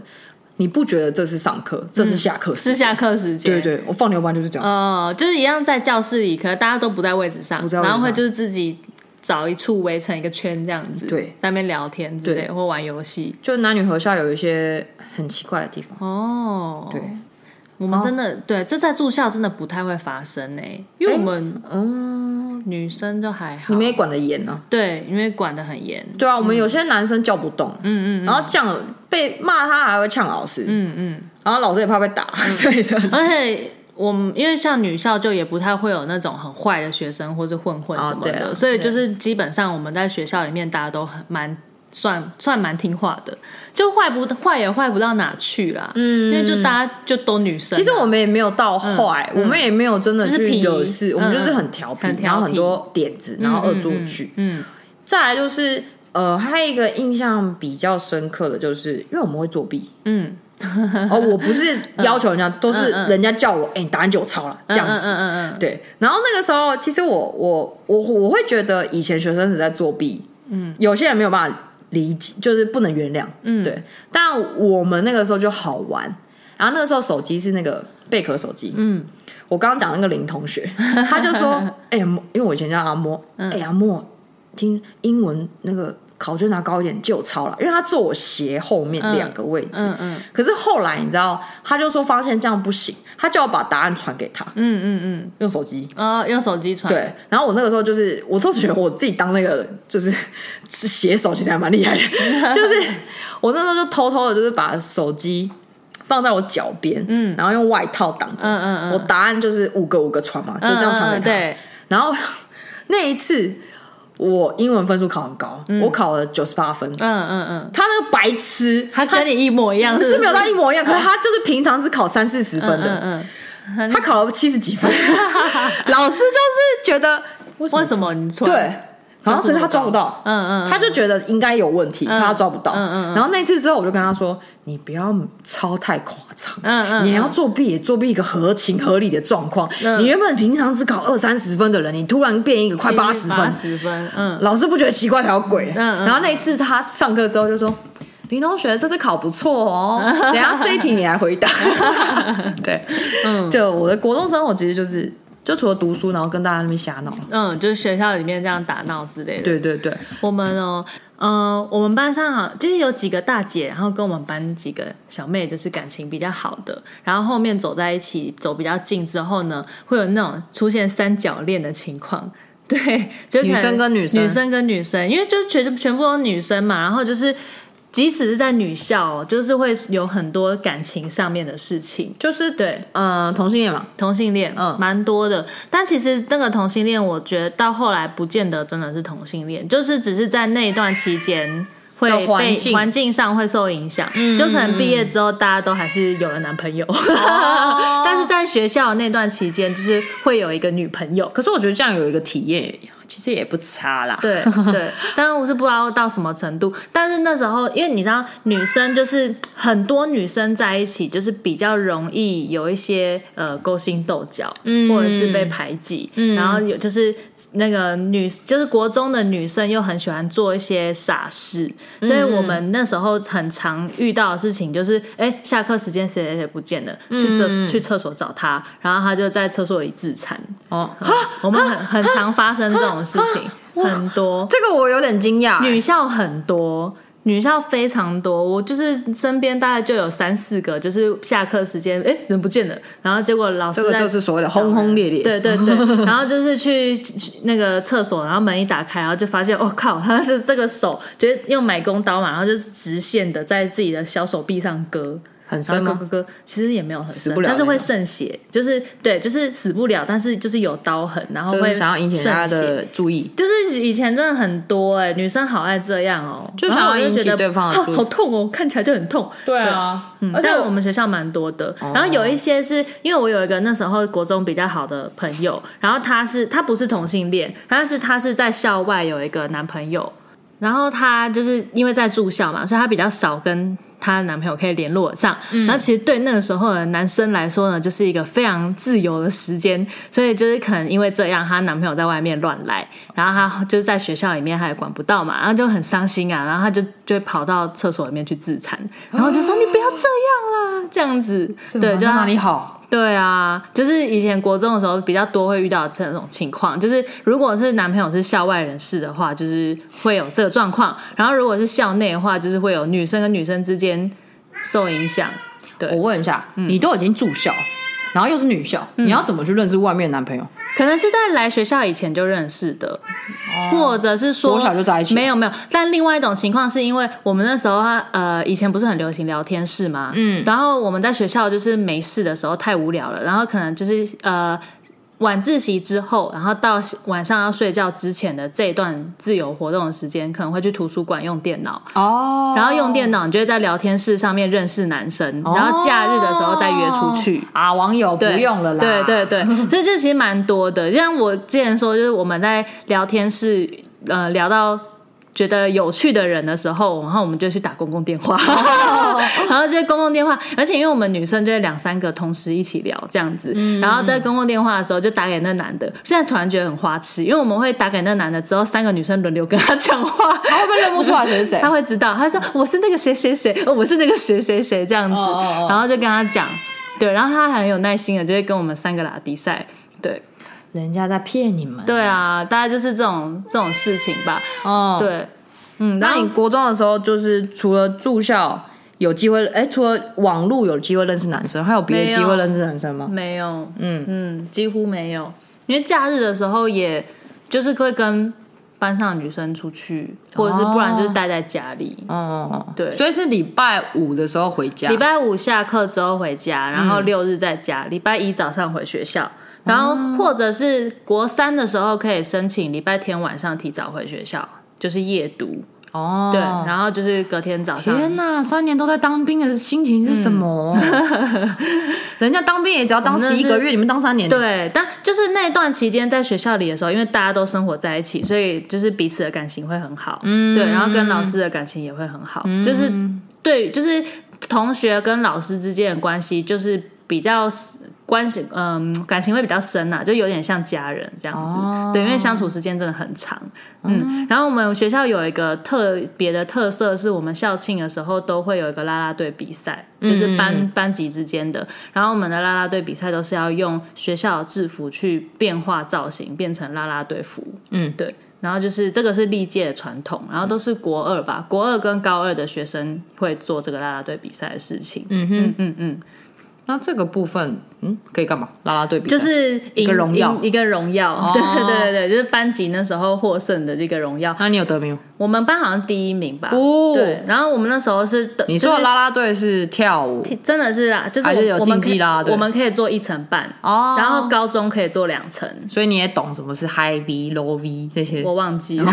Speaker 2: 你不觉得这是上课，这是下课时
Speaker 1: 是
Speaker 2: 间，嗯
Speaker 1: 下课时间，
Speaker 2: 对对，我放牛班就是这样，
Speaker 1: 哦，就是一样在教室里，可是大家都不在位置上，
Speaker 2: 在位置上
Speaker 1: 然后会就是自己找一处围成一个圈这样子，
Speaker 2: 对，
Speaker 1: 在那边聊天之类，或玩游戏。
Speaker 2: 就男女合校有一些很奇怪的地方，
Speaker 1: 哦，
Speaker 2: 对，
Speaker 1: 我们真的、对，这在住校真的不太会发生呢、因为我们、
Speaker 2: 嗯，
Speaker 1: 女生就还好，
Speaker 2: 你们也管得严呢、
Speaker 1: 对，因为管得很严，
Speaker 2: 对啊，我们有些男生叫不动，嗯嗯，然后这样被骂他还会呛老师，嗯嗯，然后老师也怕被打， 所以这样子
Speaker 1: 而且。我们因为像女校就也不太会有那种很坏的学生或是混混什么
Speaker 2: 哦
Speaker 1: 的，
Speaker 2: 对啊
Speaker 1: 所以就是基本上我们在学校里面大家都很蛮算算蛮听话的，就坏不坏也坏不到哪去啦。嗯，因为就大家就都女生啊，
Speaker 2: 其实我们也没有到坏，嗯我们也没有真的
Speaker 1: 就是
Speaker 2: 去
Speaker 1: 皮
Speaker 2: 惹事，我们
Speaker 1: 嗯
Speaker 2: 就是很调皮
Speaker 1: 很，调皮
Speaker 2: 然后很多点子，然后恶作剧。
Speaker 1: 嗯，嗯
Speaker 2: 再来就是呃，还有一个印象比较深刻的就是，因为我们会作弊，
Speaker 1: 嗯，
Speaker 2: 哦，我不是要求人 家，都是人家叫我，哎，你答案就抄了这
Speaker 1: 这
Speaker 2: 样
Speaker 1: 嗯嗯
Speaker 2: 子。
Speaker 1: 嗯嗯
Speaker 2: 对，然后那个时候，其实我我我我会觉得以前学生是在作弊，嗯，有些人没有办法理解，就是不能原谅，嗯，对。但我们那个时候就好玩，然后那个时候手机是那个贝壳手机，嗯，我刚刚讲那个林同学，他就 说，哎、莫因为我以前叫阿莫，
Speaker 1: 嗯
Speaker 2: 哎、阿莫，听英文那个考卷拿高一点，就抄了，因为他坐我斜后面两个位置，
Speaker 1: 嗯嗯
Speaker 2: 可是后来你知道，他就说发现这样不行，他叫我把答案传给他，
Speaker 1: 嗯嗯
Speaker 2: 用手机。
Speaker 1: 嗯，哦，用手机传，
Speaker 2: 对，然后我那个时候就是，我都觉得我自己当那个就是 写手，其实还蛮厉 害的。就是我那时候就偷偷的，就是把手机放在我脚边，嗯，然后用外套挡着，
Speaker 1: 嗯嗯嗯
Speaker 2: 我答案就是五个五个传嘛，就
Speaker 1: 嗯，
Speaker 2: 这样传
Speaker 1: 嗯
Speaker 2: 给
Speaker 1: 嗯
Speaker 2: 他。
Speaker 1: 对，
Speaker 2: 然后 那一次我英文分数考很高，我考了九十八分。
Speaker 1: 嗯嗯嗯，
Speaker 2: 他那个白痴，
Speaker 1: 他跟你一模一样，
Speaker 2: 是没有
Speaker 1: 到
Speaker 2: 到一模一样，可是他就是平常只考三四十分的，
Speaker 1: 嗯
Speaker 2: 他考了七十 几分，老师就是觉得为
Speaker 1: 嗯，为什么你传？
Speaker 2: 对，然后可是他抓不到，
Speaker 1: 嗯，嗯嗯，
Speaker 2: 他就觉得应该有问题，可他抓不到。
Speaker 1: 嗯嗯
Speaker 2: 然后那次之后，我就跟他说：“你不要超太夸张，
Speaker 1: 嗯嗯嗯嗯
Speaker 2: 你要作弊也作弊一个合情合理的状况。你原本平常只考二三十分的人，你突然变一个快八十
Speaker 1: 八
Speaker 2: 分，
Speaker 1: 十分，嗯，
Speaker 2: 老师不觉得奇怪才有鬼。
Speaker 1: 嗯嗯
Speaker 2: 然后那一次他上课之后就说。林同学，这次考不 错哦。等一下这一题你来回答。对，嗯，就我的国中生活其实就是，就除了读书，然后跟大家在那边瞎闹。
Speaker 1: 嗯，就是学校里面这样打闹之类的。，
Speaker 2: 对对对，
Speaker 1: 我们哦，嗯、我们班上啊，就是有几个大姐，然后跟我们班几个小妹，就是感情比较好的，然后后面走在一起，走比较近之后呢，会有那种出现三角恋的情况。 对，就可能
Speaker 2: 女生跟女生
Speaker 1: 女生跟女生，因为就全全部都是女生嘛，然后就是。即使是在女校、哦，就是会有很多感情上面的事情，
Speaker 2: 就是
Speaker 1: 对，
Speaker 2: 呃，同性恋嘛，
Speaker 1: 同性恋，
Speaker 2: 嗯
Speaker 1: 蛮多的。但其实那个同性恋，我觉得到后来不见得真的是同性恋，就是只是在那一段期间会
Speaker 2: 的环
Speaker 1: 被
Speaker 2: 境嗯
Speaker 1: 环境上会受影响，就可能毕业之后大家都还是有了男朋友，
Speaker 2: 哦
Speaker 1: 但是在学校那段期间，就是会有一个女朋友。
Speaker 2: 可是我觉得这样有一个体验，其实也不差啦。
Speaker 1: 对对，但是我是不知道到什么程度。但是那时候，因为你知道，女生就是很多女生在一起，就是比较容易有一些呃勾心斗角，或者是被排挤，然后有就是。那个女就是国中的女生又很喜欢做一些傻事，所以我们那时候很常遇到的事情就是，哎、下课时间谁谁谁不见了，去厕去厕所找他，然后他就在厕所里自残。
Speaker 2: 哦，
Speaker 1: 我们很很常发生这种事情，很多。
Speaker 2: 这个我有点惊讶、
Speaker 1: 女校很多，女校非常多。我就是身边大概就有三四个，就是下课时间，哎、人不见了，然后结果老师
Speaker 2: 这个
Speaker 1: 在
Speaker 2: 就是所谓的轰轰烈烈。，
Speaker 1: 对对 对，然后就是去去那个厕所，然后门一打开，然后就发现，我、哦靠，他是这个手，就是用美工刀嘛，然后就是直线的在自己的小手臂上割，
Speaker 2: 很
Speaker 1: 然
Speaker 2: 深
Speaker 1: 后
Speaker 2: 吗
Speaker 1: 咯？咯咯，其实也没有很
Speaker 2: 死
Speaker 1: 深
Speaker 2: 不，了
Speaker 1: 但是会
Speaker 2: 那种
Speaker 1: 渗血，就是对，就是死不了，但是就是有刀痕，然后
Speaker 2: 就
Speaker 1: 会
Speaker 2: 是想要引起
Speaker 1: 渗
Speaker 2: 大家
Speaker 1: 血
Speaker 2: 的注意，
Speaker 1: 就是以前真的很多哎、女生好爱这样哦、
Speaker 2: 就
Speaker 1: 然
Speaker 2: 想
Speaker 1: 后
Speaker 2: 要
Speaker 1: 我就
Speaker 2: 引起
Speaker 1: 觉得
Speaker 2: 对方的
Speaker 1: 啊
Speaker 2: 注意
Speaker 1: 好痛哦、看起来就很痛。
Speaker 2: 对哦啊，
Speaker 1: 嗯，但我们学校蛮多的，然后有一些是因为我有一个那时候国中比较好的朋友，然后他是他不是同性恋，但是他是在校外有一个男朋友，然后他就是因为在住校嘛，所以他比较少跟她男朋友可以联络上。然后其实对那个时候的男生来说呢，就是一个非常自由的时间，所以就是可能因为这样，她男朋友在外面乱来，然后她就是在学校里面她也管不到嘛，然后就很伤心啊，然后她就就会跑到厕所里面去自残，然后就说、你不要这样啦，这样子，对，就
Speaker 2: 就哪
Speaker 1: 让
Speaker 2: 里好？
Speaker 1: 对啊，就是以前国中的时候比较多会遇到这种情况，就是如果是男朋友是校外人士的话，就是会有这个状况；然后如果是校内的话，就是会有女生跟女生之间受影响。对
Speaker 2: 我问一下，
Speaker 1: 嗯
Speaker 2: 你都已经住校，然后又是女校，你要怎么去认识外面的男朋友？
Speaker 1: 可能是在来学校以前就认识的，或者是说
Speaker 2: 国小就在一起
Speaker 1: 没有没有。但另外一种情况是因为我们那时候啊呃以前不是很流行聊天室嘛，嗯，然后我们在学校就是没事的时候太无聊了，然后可能就是呃。晚自习之后，然后到晚上要睡觉之前的这一段自由活动的时间，可能会去图书馆用电脑，
Speaker 2: 哦，
Speaker 1: 然后用电脑，你就会在聊天室上面认识男生，然后假日的时候再约出去。
Speaker 2: 啊，网友不
Speaker 1: 对
Speaker 2: 用了啦，
Speaker 1: 对对对，所以这其实蛮多的。就像我之前说，就是我们在聊天室，呃，聊到。觉得有趣的人的时候，然后我们就去打公共电话，
Speaker 2: 哦
Speaker 1: 然后就是公共电话，而且因为我们女生就会两三个同时一起聊这样子，
Speaker 2: 嗯
Speaker 1: 然后在公共电话的时候就打给那男的，现在突然觉得很花痴，因为我们会打给那男的之后，三个女生轮流跟他讲话，
Speaker 2: 他会不会认不出来谁是谁
Speaker 1: 他？会知道，他说我是那个谁谁谁，哦我是那个谁谁谁这样子，
Speaker 2: 嗯哦哦哦
Speaker 1: 然后就跟他讲，对，然后他很有耐心的，就会跟我们三个打比赛，对，
Speaker 2: 人家在骗你们。
Speaker 1: 对啊，大概就是这种这种事情吧，
Speaker 2: 哦，。
Speaker 1: 对，嗯，然
Speaker 2: 那
Speaker 1: 后
Speaker 2: 你国中的时候，就是除了住校有机会，哎，除了网络有机会认识男生，还有别的
Speaker 1: 没
Speaker 2: 机
Speaker 1: 有
Speaker 2: 会认识男生吗？
Speaker 1: 没有，
Speaker 2: 嗯
Speaker 1: 嗯，几乎没有，因为假日的时候也就是会跟班上的女生出去，或者是不然就是待在家里，
Speaker 2: 哦，
Speaker 1: 对
Speaker 2: 所以是礼拜五的时候回家
Speaker 1: 礼。拜五下课之后回家，然后六日在家，礼、拜一早上回学校，然后或者是国三的时候可以申请礼拜天晚上提早回学校，就是夜读，
Speaker 2: 哦，
Speaker 1: 对，然后就是隔天早上。
Speaker 2: 天哪，三年都在当兵的心情是 什么？人家当兵也只要当
Speaker 1: 我们
Speaker 2: 十
Speaker 1: 真的
Speaker 2: 一
Speaker 1: 是
Speaker 2: 个月，你们当三年。，
Speaker 1: 对，但就是那段期间在学校里的时候，因为大家都生活在一起，所以就是彼此的感情会很好，嗯，对，然后跟老师的感情也会很好，就是对，就是同学跟老师之间的关系就是比较关系，嗯、感情会比较深呐、啊就有点像家人这样子，对，因为相处时间真的很长，
Speaker 2: 哦
Speaker 1: 嗯，然后我们学校有一个特别的特色，是我们校庆的时候都会有一个啦啦队比赛，
Speaker 2: 嗯
Speaker 1: 就是班、班级之间的。然后我们的啦啦队比赛都是要用学校的制服去变化造型，变成啦啦队服。
Speaker 2: 嗯，
Speaker 1: 对。然后就是这个是历届的传统，然后都是国二
Speaker 2: 嗯
Speaker 1: 吧，国二跟高二的学生会做这个啦啦队比赛的事情。嗯嗯嗯嗯，
Speaker 2: 那这个部分，嗯，可以干嘛？啦啦队比赛
Speaker 1: 就是一
Speaker 2: 个荣耀哦
Speaker 1: 一个荣耀。 对对对对，就是班级那时候获胜的这个荣耀。
Speaker 2: 那你有得名吗？
Speaker 1: 我们班好像第一名吧。
Speaker 2: 哦
Speaker 1: 对，然后我们那时候是等，
Speaker 2: 你说的啦啦队是跳舞
Speaker 1: 就是真的是啊，就是
Speaker 2: 还
Speaker 1: 我
Speaker 2: 是有
Speaker 1: 我们
Speaker 2: 竞技啦
Speaker 1: 可以
Speaker 2: 对
Speaker 1: 我们可以做一层半，
Speaker 2: 哦，
Speaker 1: 然后高中可以做两层。
Speaker 2: 所以你也懂什么是 high V、low V 这些
Speaker 1: 我忘记了，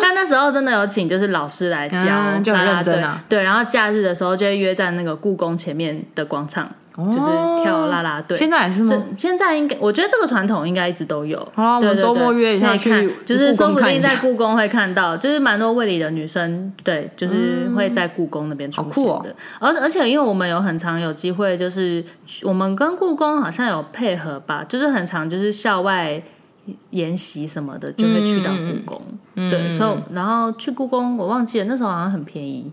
Speaker 1: 但那时候真的有请，就是老师来教啦啦队，
Speaker 2: 哦嗯就很认真啊
Speaker 1: 对，然后假日的时候就会约在那个故宫前面的广场，就是跳啦啦队。
Speaker 2: 哦现在也是
Speaker 1: 是
Speaker 2: 吗？
Speaker 1: 现在应该，我觉得这个传统应该一直都有。
Speaker 2: 好啦我
Speaker 1: 对对
Speaker 2: 们
Speaker 1: 对
Speaker 2: 周末约一下
Speaker 1: 可以看
Speaker 2: 去
Speaker 1: 就是
Speaker 2: 故宫
Speaker 1: 说不
Speaker 2: 看一
Speaker 1: 定
Speaker 2: 下
Speaker 1: 在故宫会看到，就是蛮多卫理的女生，对，就是会在故宫那边出现
Speaker 2: 嗯好酷哦
Speaker 1: 的。而、而且因为我们有很常有机会，就是我们跟故宫好像有配合吧，就是很常就是校外。研习什么的就会去到
Speaker 2: 嗯
Speaker 1: 故宫，对，所以然后去故宫，我忘记了那时候好像很便宜，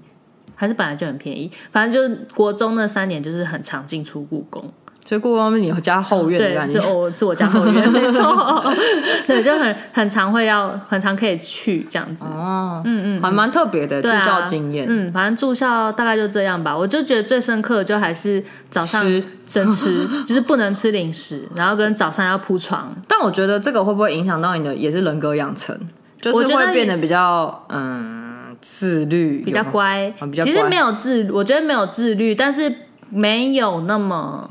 Speaker 1: 还是本来就很便宜，反正就是国中那三年就是很常进出故宫，
Speaker 2: 所以故宫你有家后院的
Speaker 1: 对，
Speaker 2: 感
Speaker 1: 是
Speaker 2: 觉。
Speaker 1: 哦，是我家后 院，没错。 对，就很很常会要，很常可以去这样子。
Speaker 2: 哦，嗯嗯，还蛮特别的住
Speaker 1: 对啊
Speaker 2: 校经验。
Speaker 1: 嗯，反正住校大概就这样吧。我就觉得最深刻的就还是早上
Speaker 2: 吃
Speaker 1: 生吃， 就是不能吃零食，然后跟早上要铺床。
Speaker 2: 但我觉得这个会不会影响到你的也是人格养成，就
Speaker 1: 我
Speaker 2: 是
Speaker 1: 觉得
Speaker 2: 会变得比较嗯自律，
Speaker 1: 比较
Speaker 2: 有吗。
Speaker 1: 乖
Speaker 2: 啊比较，
Speaker 1: 其实
Speaker 2: 乖
Speaker 1: 没有自，我觉得没有自律，但是没有那么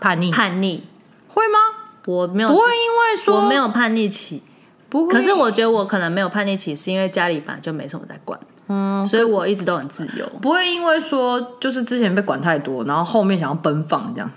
Speaker 2: 叛逆
Speaker 1: 叛逆，
Speaker 2: 会吗？
Speaker 1: 我没有
Speaker 2: 不会因为说
Speaker 1: 我没有叛逆期，
Speaker 2: 不会，
Speaker 1: 可是我觉得我可能没有叛逆期，是因为家里本来就没什么在管，
Speaker 2: 嗯，
Speaker 1: 所以我一直都很自由。
Speaker 2: 不会因为说就是之前被管太多，然后后面想要奔放这样，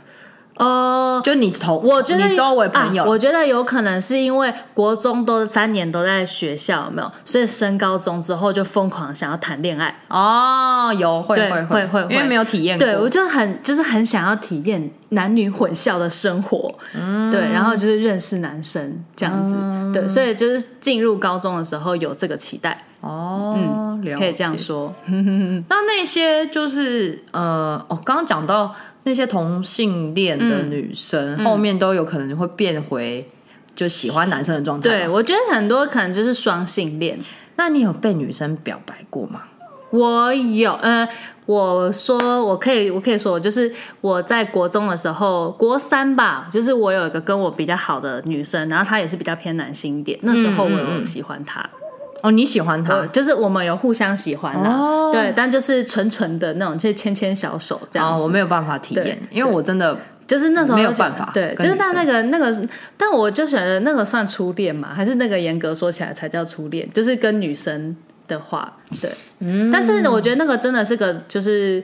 Speaker 1: 呃，
Speaker 2: 就你同
Speaker 1: 哦我觉得
Speaker 2: 你周围朋友、
Speaker 1: 啊我觉得有可能是因为国中都三年都在学校，有没有？所以升高中之后就疯狂想要谈恋爱，
Speaker 2: 哦，有会
Speaker 1: 啊对
Speaker 2: 会
Speaker 1: 会会
Speaker 2: 因为
Speaker 1: 会
Speaker 2: 没有体验过，
Speaker 1: 对我就很就是很想要体验男女混校的生活，对，
Speaker 2: 嗯
Speaker 1: 然后就是认识男生这样子，对，所以就是进入高中的时候有这个期待，
Speaker 2: 哦，了
Speaker 1: 嗯可以这样
Speaker 2: 解
Speaker 1: 说。
Speaker 2: 那那些就是呃，哦，刚刚讲到那些同性恋的女生，
Speaker 1: 嗯
Speaker 2: 后面都有可能会变回就喜欢男生的状态。
Speaker 1: 对，，我觉得很多可能就是双性恋，
Speaker 2: 那你有被女生表白过吗？
Speaker 1: 我有，呃，我说我可以，我可以说，我就是我在国中的时候，国三吧，就是我有一个跟我比较好的女生，然后她也是比较偏男性一点，那时候我有喜欢她，
Speaker 2: 哦，你喜欢
Speaker 1: 呃
Speaker 2: 他？
Speaker 1: 就是我们有互相喜欢啦、
Speaker 2: 哦
Speaker 1: 对，但就是纯纯的那种，就是牵牵小手这样
Speaker 2: 哦，
Speaker 1: 子，
Speaker 2: 我没有办法体验
Speaker 1: 对，
Speaker 2: 因为我真的
Speaker 1: 就是那时候
Speaker 2: 没有
Speaker 1: 就觉得
Speaker 2: 办法
Speaker 1: 对，就
Speaker 2: 跟
Speaker 1: 是
Speaker 2: 女
Speaker 1: 但那
Speaker 2: 生
Speaker 1: 个那个，但我就觉得那个算初恋嘛，还是那个严格说起来才叫初恋，就是跟女生的话，对，嗯，但是我觉得那个真的是个就是，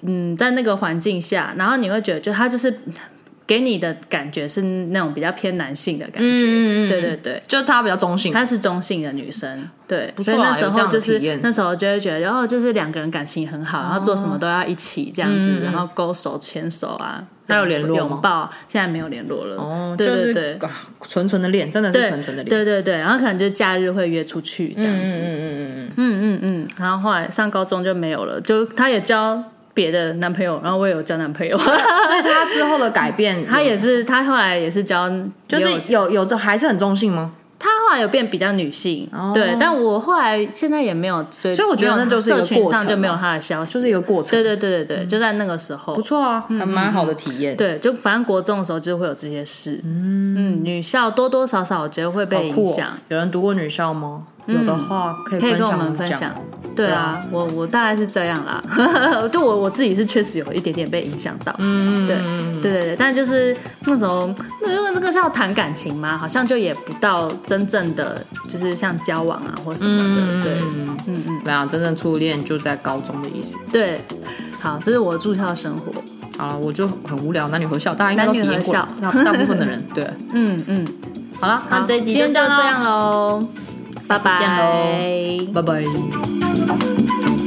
Speaker 1: 嗯，在那个环境下，然后你会觉得，就他就是给你的感觉是那种比较偏男性的感觉，
Speaker 2: 嗯嗯嗯
Speaker 1: 对对对。
Speaker 2: 就是他比较中性，
Speaker 1: 她是中性的女生，对，
Speaker 2: 嗯不错
Speaker 1: 所
Speaker 2: 啊
Speaker 1: 以那时
Speaker 2: 有这样
Speaker 1: 候
Speaker 2: 的
Speaker 1: 就是
Speaker 2: 体验
Speaker 1: 那时候就会觉得，哦，就是两个人感情很好，然后做什么都要一起这样子，然后勾手牵手啊，
Speaker 2: 嗯还有联络吗
Speaker 1: 拥抱，现在没有联络了。
Speaker 2: 哦，
Speaker 1: 对
Speaker 2: 就
Speaker 1: 对
Speaker 2: 是
Speaker 1: 对
Speaker 2: 啊纯纯的恋，真的是
Speaker 1: 对
Speaker 2: 纯纯的恋。
Speaker 1: 对对对，然后可能就假日会约出去这样子，嗯
Speaker 2: 嗯嗯嗯
Speaker 1: 嗯嗯然后后来上高中就没有了，就她也交别的男朋友，然后我也有交男朋友，
Speaker 2: 嗯，所以他之后的改变，
Speaker 1: 她也是她后来也是交，
Speaker 2: 就
Speaker 1: 也有
Speaker 2: 是有有这还是很中性吗？
Speaker 1: 她后来有变比较女性，对，但我后来现在也没有追，
Speaker 2: 哦所以我觉得
Speaker 1: 没有
Speaker 2: 那就是一个
Speaker 1: 社群
Speaker 2: 过程
Speaker 1: 上就没有
Speaker 2: 嘛
Speaker 1: 她的消息，
Speaker 2: 就是一个过程
Speaker 1: 对，对对对对，就在那个时候
Speaker 2: 不，错啊，还蛮好的体验。
Speaker 1: 对，就反正国中的时候就会有这些事，嗯女校多多少少我觉得会被
Speaker 2: 好酷
Speaker 1: 影
Speaker 2: 哦
Speaker 1: 响。
Speaker 2: 有人读过女校吗？有的话可以
Speaker 1: 嗯可以
Speaker 2: 分
Speaker 1: 跟我
Speaker 2: 享
Speaker 1: 们分
Speaker 2: 讲
Speaker 1: 享。对啊，我我大概是这样啦。 对我我自己是确实有一点点被影响到。嗯，对对对对，但就是那种，那因为这个是要谈感情嘛，好像就也不到真正的就是像交往啊或什么的。对
Speaker 2: 嗯嗯嗯，对啊，真正初恋就在高中的意思。
Speaker 1: 对，好，这是我住校生活。
Speaker 2: 好了，我就很无聊，男女合校，大家应该都
Speaker 1: 男
Speaker 2: 体
Speaker 1: 女
Speaker 2: 验过
Speaker 1: 合
Speaker 2: 了，大大部分的人对。
Speaker 1: 嗯嗯，
Speaker 2: 好了，
Speaker 1: 好
Speaker 2: 那这一集
Speaker 1: 今天
Speaker 2: 这
Speaker 1: 就这
Speaker 2: 样
Speaker 1: 样喽，拜
Speaker 2: 下次见
Speaker 1: 拜。
Speaker 2: 喽，拜拜。